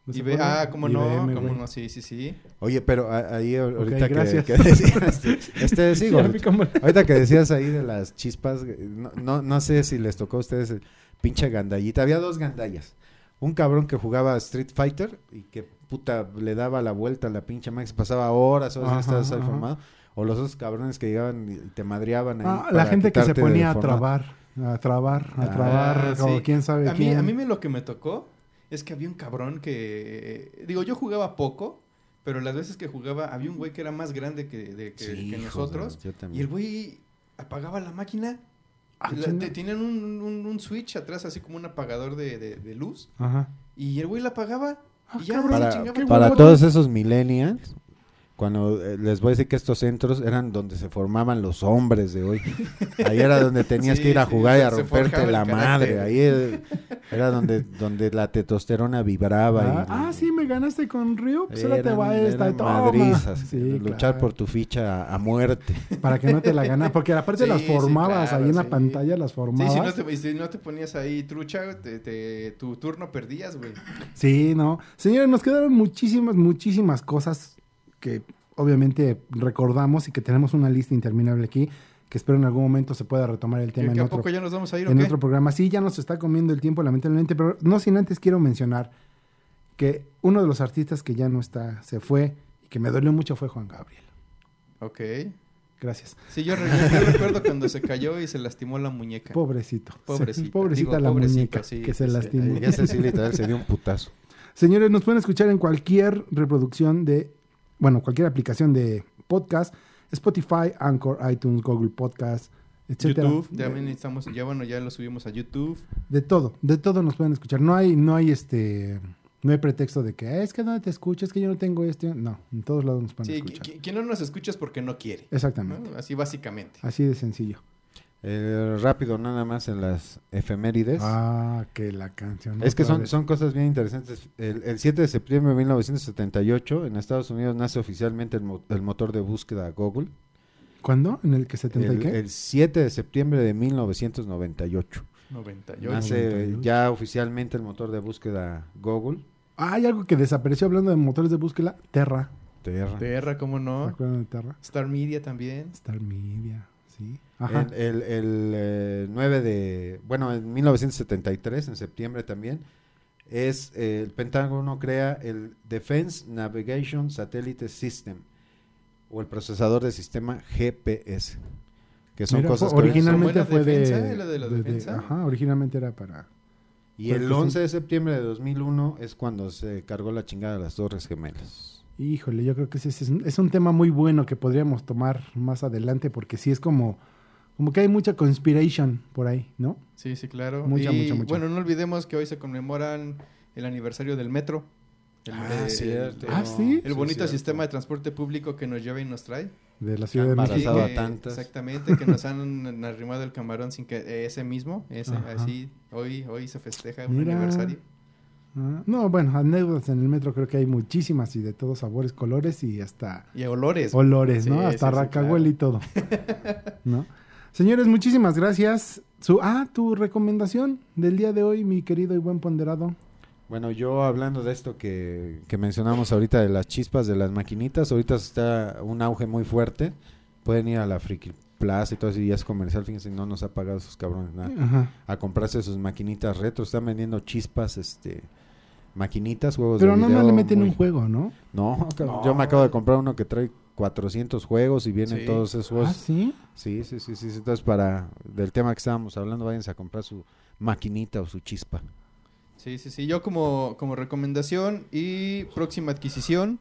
¿No se
Y ve-
acuerdan?
ah, ¿cómo no?
IBM,
¿Cómo
güey.
no? Sí, sí, sí.
Oye, pero a- ahí a- ahorita que-
gracias.
que,
*laughs*
decías. Este, sí,
Ya
gordito.
*laughs*
vi cómo-
ahorita que decías ahí de las chispas, eh, no, no, no sé si les tocó a ustedes el pinche gandallita. Había dos gandallas. Un cabrón que jugaba Street Fighter y que puta le daba la vuelta a la pinche Max, pasaba horas, horas
Ajá,
estabas ahí
ajá.
formado. O los otros cabrones que llegaban y te madreaban ahí.
Ah, la
para
gente que se
quitarte del
ponía a
formato.
trabar, a trabar, a
Ah,
trabar,
sí.
o quién sabe
A mí,
quién.
a mí me- lo que me tocó es que había un cabrón que. eh, Digo, yo jugaba poco, pero las veces que jugaba había un güey que era más grande que, de- que-
Sí,
que
joder,
nosotros.
yo
Y
también.
el güey apagaba la máquina.
Ah,
La-
chinga.
te- tenían un, un- un switch atrás, así como un apagador de, de- de luz.
Ajá.
Y el güey la apagaba. y
Ah,
ya
cabrón,
se
para,
chingaba
qué
todo.
para
huevo.
todos esos millennials, cuando eh, les voy a decir que estos centros eran donde se formaban los hombres de
*laughs*
hoy. Ahí era donde tenías
Sí,
que ir a
sí,
jugar y
se-
a
se
romperte
forjaba el
la
carácter.
madre. Ahí eh, era donde, donde la testosterona vibraba.
Ah,
y,
ah, sí, me ganaste con Río, pues ahora te
eran-
voy a esta y
eran
toma.
madrizas,
Sí,
eh, luchar
claro.
por tu ficha a, a muerte.
Para que no te la ganas,
*laughs*
porque aparte
Sí,
las
sí,
formabas
claro,
ahí en la
sí.
pantalla, las
Sí,
formabas.
si no, te, si no te ponías ahí trucha, te- te- tu turno perdías, güey.
Sí, no. Señores, nos quedaron muchísimas, muchísimas cosas que obviamente recordamos y que tenemos una lista interminable aquí, que espero en algún momento se pueda retomar el
¿Que
tema en
a
otro,
poco ya nos vamos a ir o
en
qué?
otro programa. Sí, ya nos está comiendo el tiempo, lamentablemente, pero no sin antes quiero mencionar que uno de los artistas que ya no está, se fue y que me dolió mucho fue Juan Gabriel.
Ok.
Gracias.
Sí, yo, re- yo recuerdo cuando se cayó y se lastimó la muñeca.
Pobrecito.
Pobrecita.
*laughs* Pobrecita
Digo,
la
pobrecito,
muñeca
sí,
que se
sí,
*laughs*
sí.
lastimó.
Y ese sí literal se dio un putazo.
Señores, nos pueden escuchar en cualquier reproducción de, bueno, cualquier aplicación de podcast, Spotify, Anchor, iTunes, Google Podcast, etcétera.
YouTube, también
de,
estamos, ya bueno, ya lo subimos a YouTube.
de todo, de todo nos pueden escuchar. No hay, no hay este, no hay pretexto de que "Ah, es que no te escucho, es que yo no tengo esto. No, en todos lados nos pueden
Sí, Ah, qui-
escuchar.
qui- quien no nos escucha es porque no quiere. ¿no?
Exactamente. Ah,
Así básicamente.
Así de sencillo.
Eh, rápido, nada más en las efemérides.
Ah, que la canción.
Es que
otra
son,
vez.
son cosas bien interesantes. El, el 7 de septiembre de 1978, en Estados Unidos nace oficialmente el, mo- el motor de búsqueda Google.
¿Cuándo? ¿En el que 70 y
El,
qué?
el 7 de septiembre de 1998.
98.
Hace
98.
ya oficialmente el motor de búsqueda Google.
Hay algo que desapareció hablando de motores de búsqueda. Terra.
Terra.
Terra, ¿cómo
¿Se
no?
acuerdan de Terra?
Star Media también.
Star Media. Sí. Ajá.
El, el, el, eh, 9 de, bueno, en 1973, en septiembre también, es eh, el Pentágono crea el Defense Navigation Satellite System o el procesador de sistema GPS, que son
Mira,
cosas
fue-
que-
originalmente
¿Son
fue
buena
de,
defensa? ¿Era de la defensa?
Ajá, originalmente era para.
Y el
Porque sí.
11 de septiembre de 2001 es cuando se cargó la chingada de las Torres Gemelas.
Híjole, yo creo que ese es, un- es un tema muy bueno que podríamos tomar más adelante porque sí es como, como que hay mucha conspiration por ahí, ¿no?
Sí, sí, claro.
Mucha,
y
mucha, mucha.
bueno, no olvidemos que hoy se conmemoran el aniversario del metro. El, el-
Ah, sí.
el bonito sistema de transporte público que nos lleva y nos trae.
De la Ciudad de
Para
México.
Abrazado
Sí,
a
que-
tantas.
Exactamente, que nos han arrimado el camarón sin que eh, ese mismo, ese,
Ajá.
así, hoy, hoy se festeja un
Mira.
aniversario.
Ah, No, bueno, anécdotas en el metro creo que hay muchísimas y de todos sabores, colores y hasta
Y olores.
olores, ¿no?
Sí,
hasta
sí, sí,
racahuel y todo.
*laughs*
¿No? Señores, muchísimas gracias. Su, ah, tu recomendación del día de hoy, mi querido y buen ponderado.
Bueno, yo hablando de esto que, que mencionamos ahorita de las chispas de las maquinitas, ahorita está un auge muy fuerte. Pueden ir a la Friki Plaza y todo eso, y ya es comercial, fíjense, no nos ha pagado sus cabrones nada.
Ajá.
A comprarse sus maquinitas retro, están vendiendo chispas, este, maquinitas, juegos
Pero
de
no,
video
no le meten
muy-
un juego, ¿no?
No, cabrón, yo me acabo de comprar uno que trae 400 juegos y vienen
Sí.
todos esos
Ah,
juegos.
sí.
Sí, sí, sí, sí. sí, Entonces, para del tema que estábamos hablando, váyanse a comprar su maquinita o su chispa.
Sí, sí, sí. Yo como, como recomendación y próxima adquisición,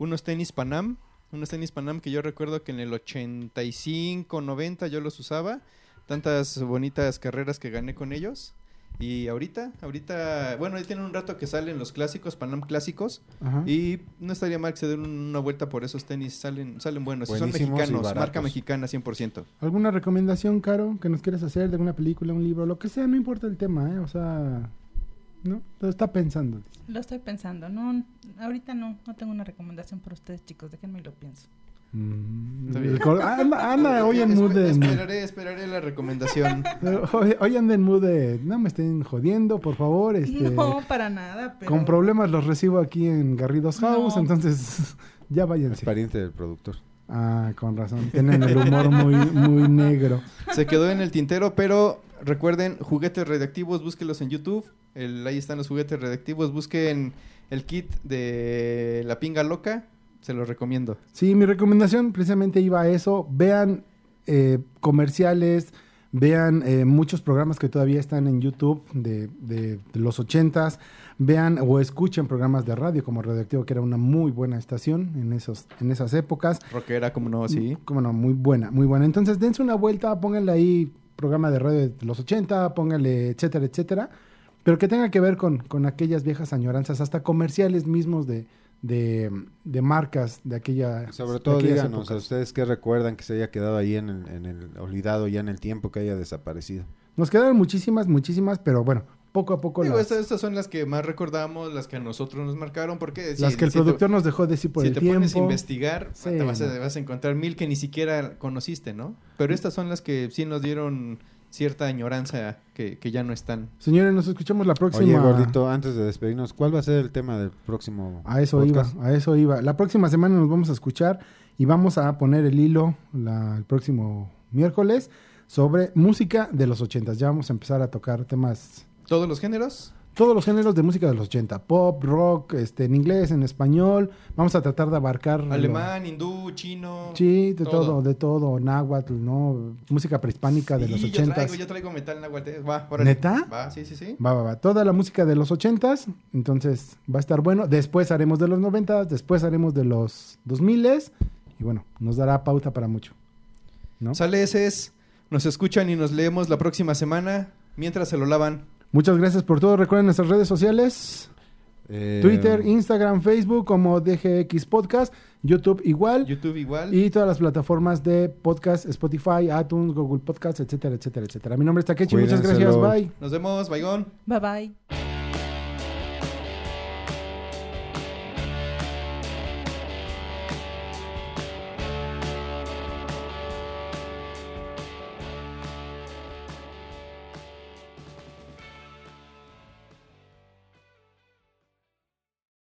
unos tenis Panam. Unos tenis Panam que yo recuerdo que en el 85, 90 yo los usaba. Tantas bonitas carreras que gané con ellos. Y ahorita, ahorita, bueno, ahí tienen un rato que salen los clásicos, Panam clásicos.
Ajá.
Y no estaría mal que se den una vuelta por esos tenis. Salen, salen buenos. Y son
Buenísimos y
mexicanos, marca
baratos.
mexicana 100%.
¿Alguna recomendación, Caro, que nos quieras hacer de alguna película, un libro, lo que sea? No importa el tema, ¿eh? O sea, ¿no? Lo está pensando.
Lo estoy pensando. No, ahorita no. No tengo una recomendación para ustedes, chicos. Déjenme y lo pienso.
Está
El
bien.
cor- *laughs* anda,
*laughs*
anda, hoy en
Espe-
mood de...
Esperaré, esperaré la recomendación.
Hoy, hoy anda en mood de... No me estén jodiendo, por favor, este...
No, para nada. Pero...
Con problemas los recibo aquí en Garridos House,
No.
entonces *laughs* ya
Es
váyanse.
pariente del productor.
Ah, con razón. Tienen el humor muy, muy negro.
Se quedó en el tintero, pero recuerden, juguetes radioactivos, búsquenlos en YouTube. El- ahí están los juguetes radioactivos. Busquen el kit de la pinga loca. Se los recomiendo.
Sí, mi recomendación precisamente iba a eso. Vean eh, comerciales, vean eh, muchos programas que todavía están en YouTube de, de- de los ochentas, vean o escuchen programas de radio como Radioactivo, que era una muy buena estación en, esos, en esas épocas.
Rockera, como no, sí.
Como no, muy buena, muy buena. Entonces dense una vuelta, pónganle ahí programa de radio de los 80, pónganle etcétera, etcétera. Pero que tenga que ver con, con aquellas viejas añoranzas, hasta comerciales mismos de, de, de marcas de aquella.
Sobre
de
todo,
aquellas
díganos a
eh.
épocas.
ustedes que recuerdan que se haya quedado ahí en el, en el olvidado, ya en el tiempo que haya desaparecido.
Nos quedaron muchísimas, muchísimas, pero bueno, poco a poco
Digo,
las,
estas, estas son las que más recordamos, las que a nosotros nos marcaron, porque
las
si-
que el
si te-
productor nos dejó decir por
si
el
te pones a
tiempo.
investigar,
Sí,
te vas a,
no. Mm.
vas a encontrar mil que ni siquiera conociste, ¿no? Pero estas son las que sí nos dieron cierta añoranza que, que ya no están.
Señores, nos escuchamos la próxima.
Oye, gordito, antes de despedirnos, ¿cuál va a ser el tema del próximo
A eso
podcast?
iba, a eso iba. La próxima semana nos vamos a escuchar y vamos a poner el hilo la- el próximo miércoles sobre música de los ochentas. Ya vamos a empezar a tocar temas,
¿Todos los géneros?
todos los géneros de música de los 80, pop, rock, este, en inglés, en español. Vamos a tratar de abarcar lo-
Alemán, hindú, chino.
Sí, de todo.
todo.
de todo, náhuatl, ¿no? Música prehispánica de
Sí,
los
yo
ochentas.
Traigo, yo traigo metal náhuatl. eh. Va, órale.
¿Neta?
Va, sí, sí, sí.
Va, va, va. Toda la música de los ochentas, entonces va a estar bueno. Después haremos de los noventas, después haremos de los dos miles y bueno, nos dará pauta para mucho. ¿no?
Sale ese es. Nos escuchan y nos leemos la próxima semana mientras se lo lavan.
Muchas gracias por todo. Recuerden nuestras redes sociales,
Eh,
Twitter, Instagram, Facebook como DGX Podcast, YouTube igual
YouTube igual.
y todas las plataformas de podcast, Spotify, iTunes, Google Podcast, etcétera, etcétera, etcétera. Mi nombre es Takechi, muchas gracias,
Cuídenselo.
bye.
Nos vemos, Baigón.
Bye bye.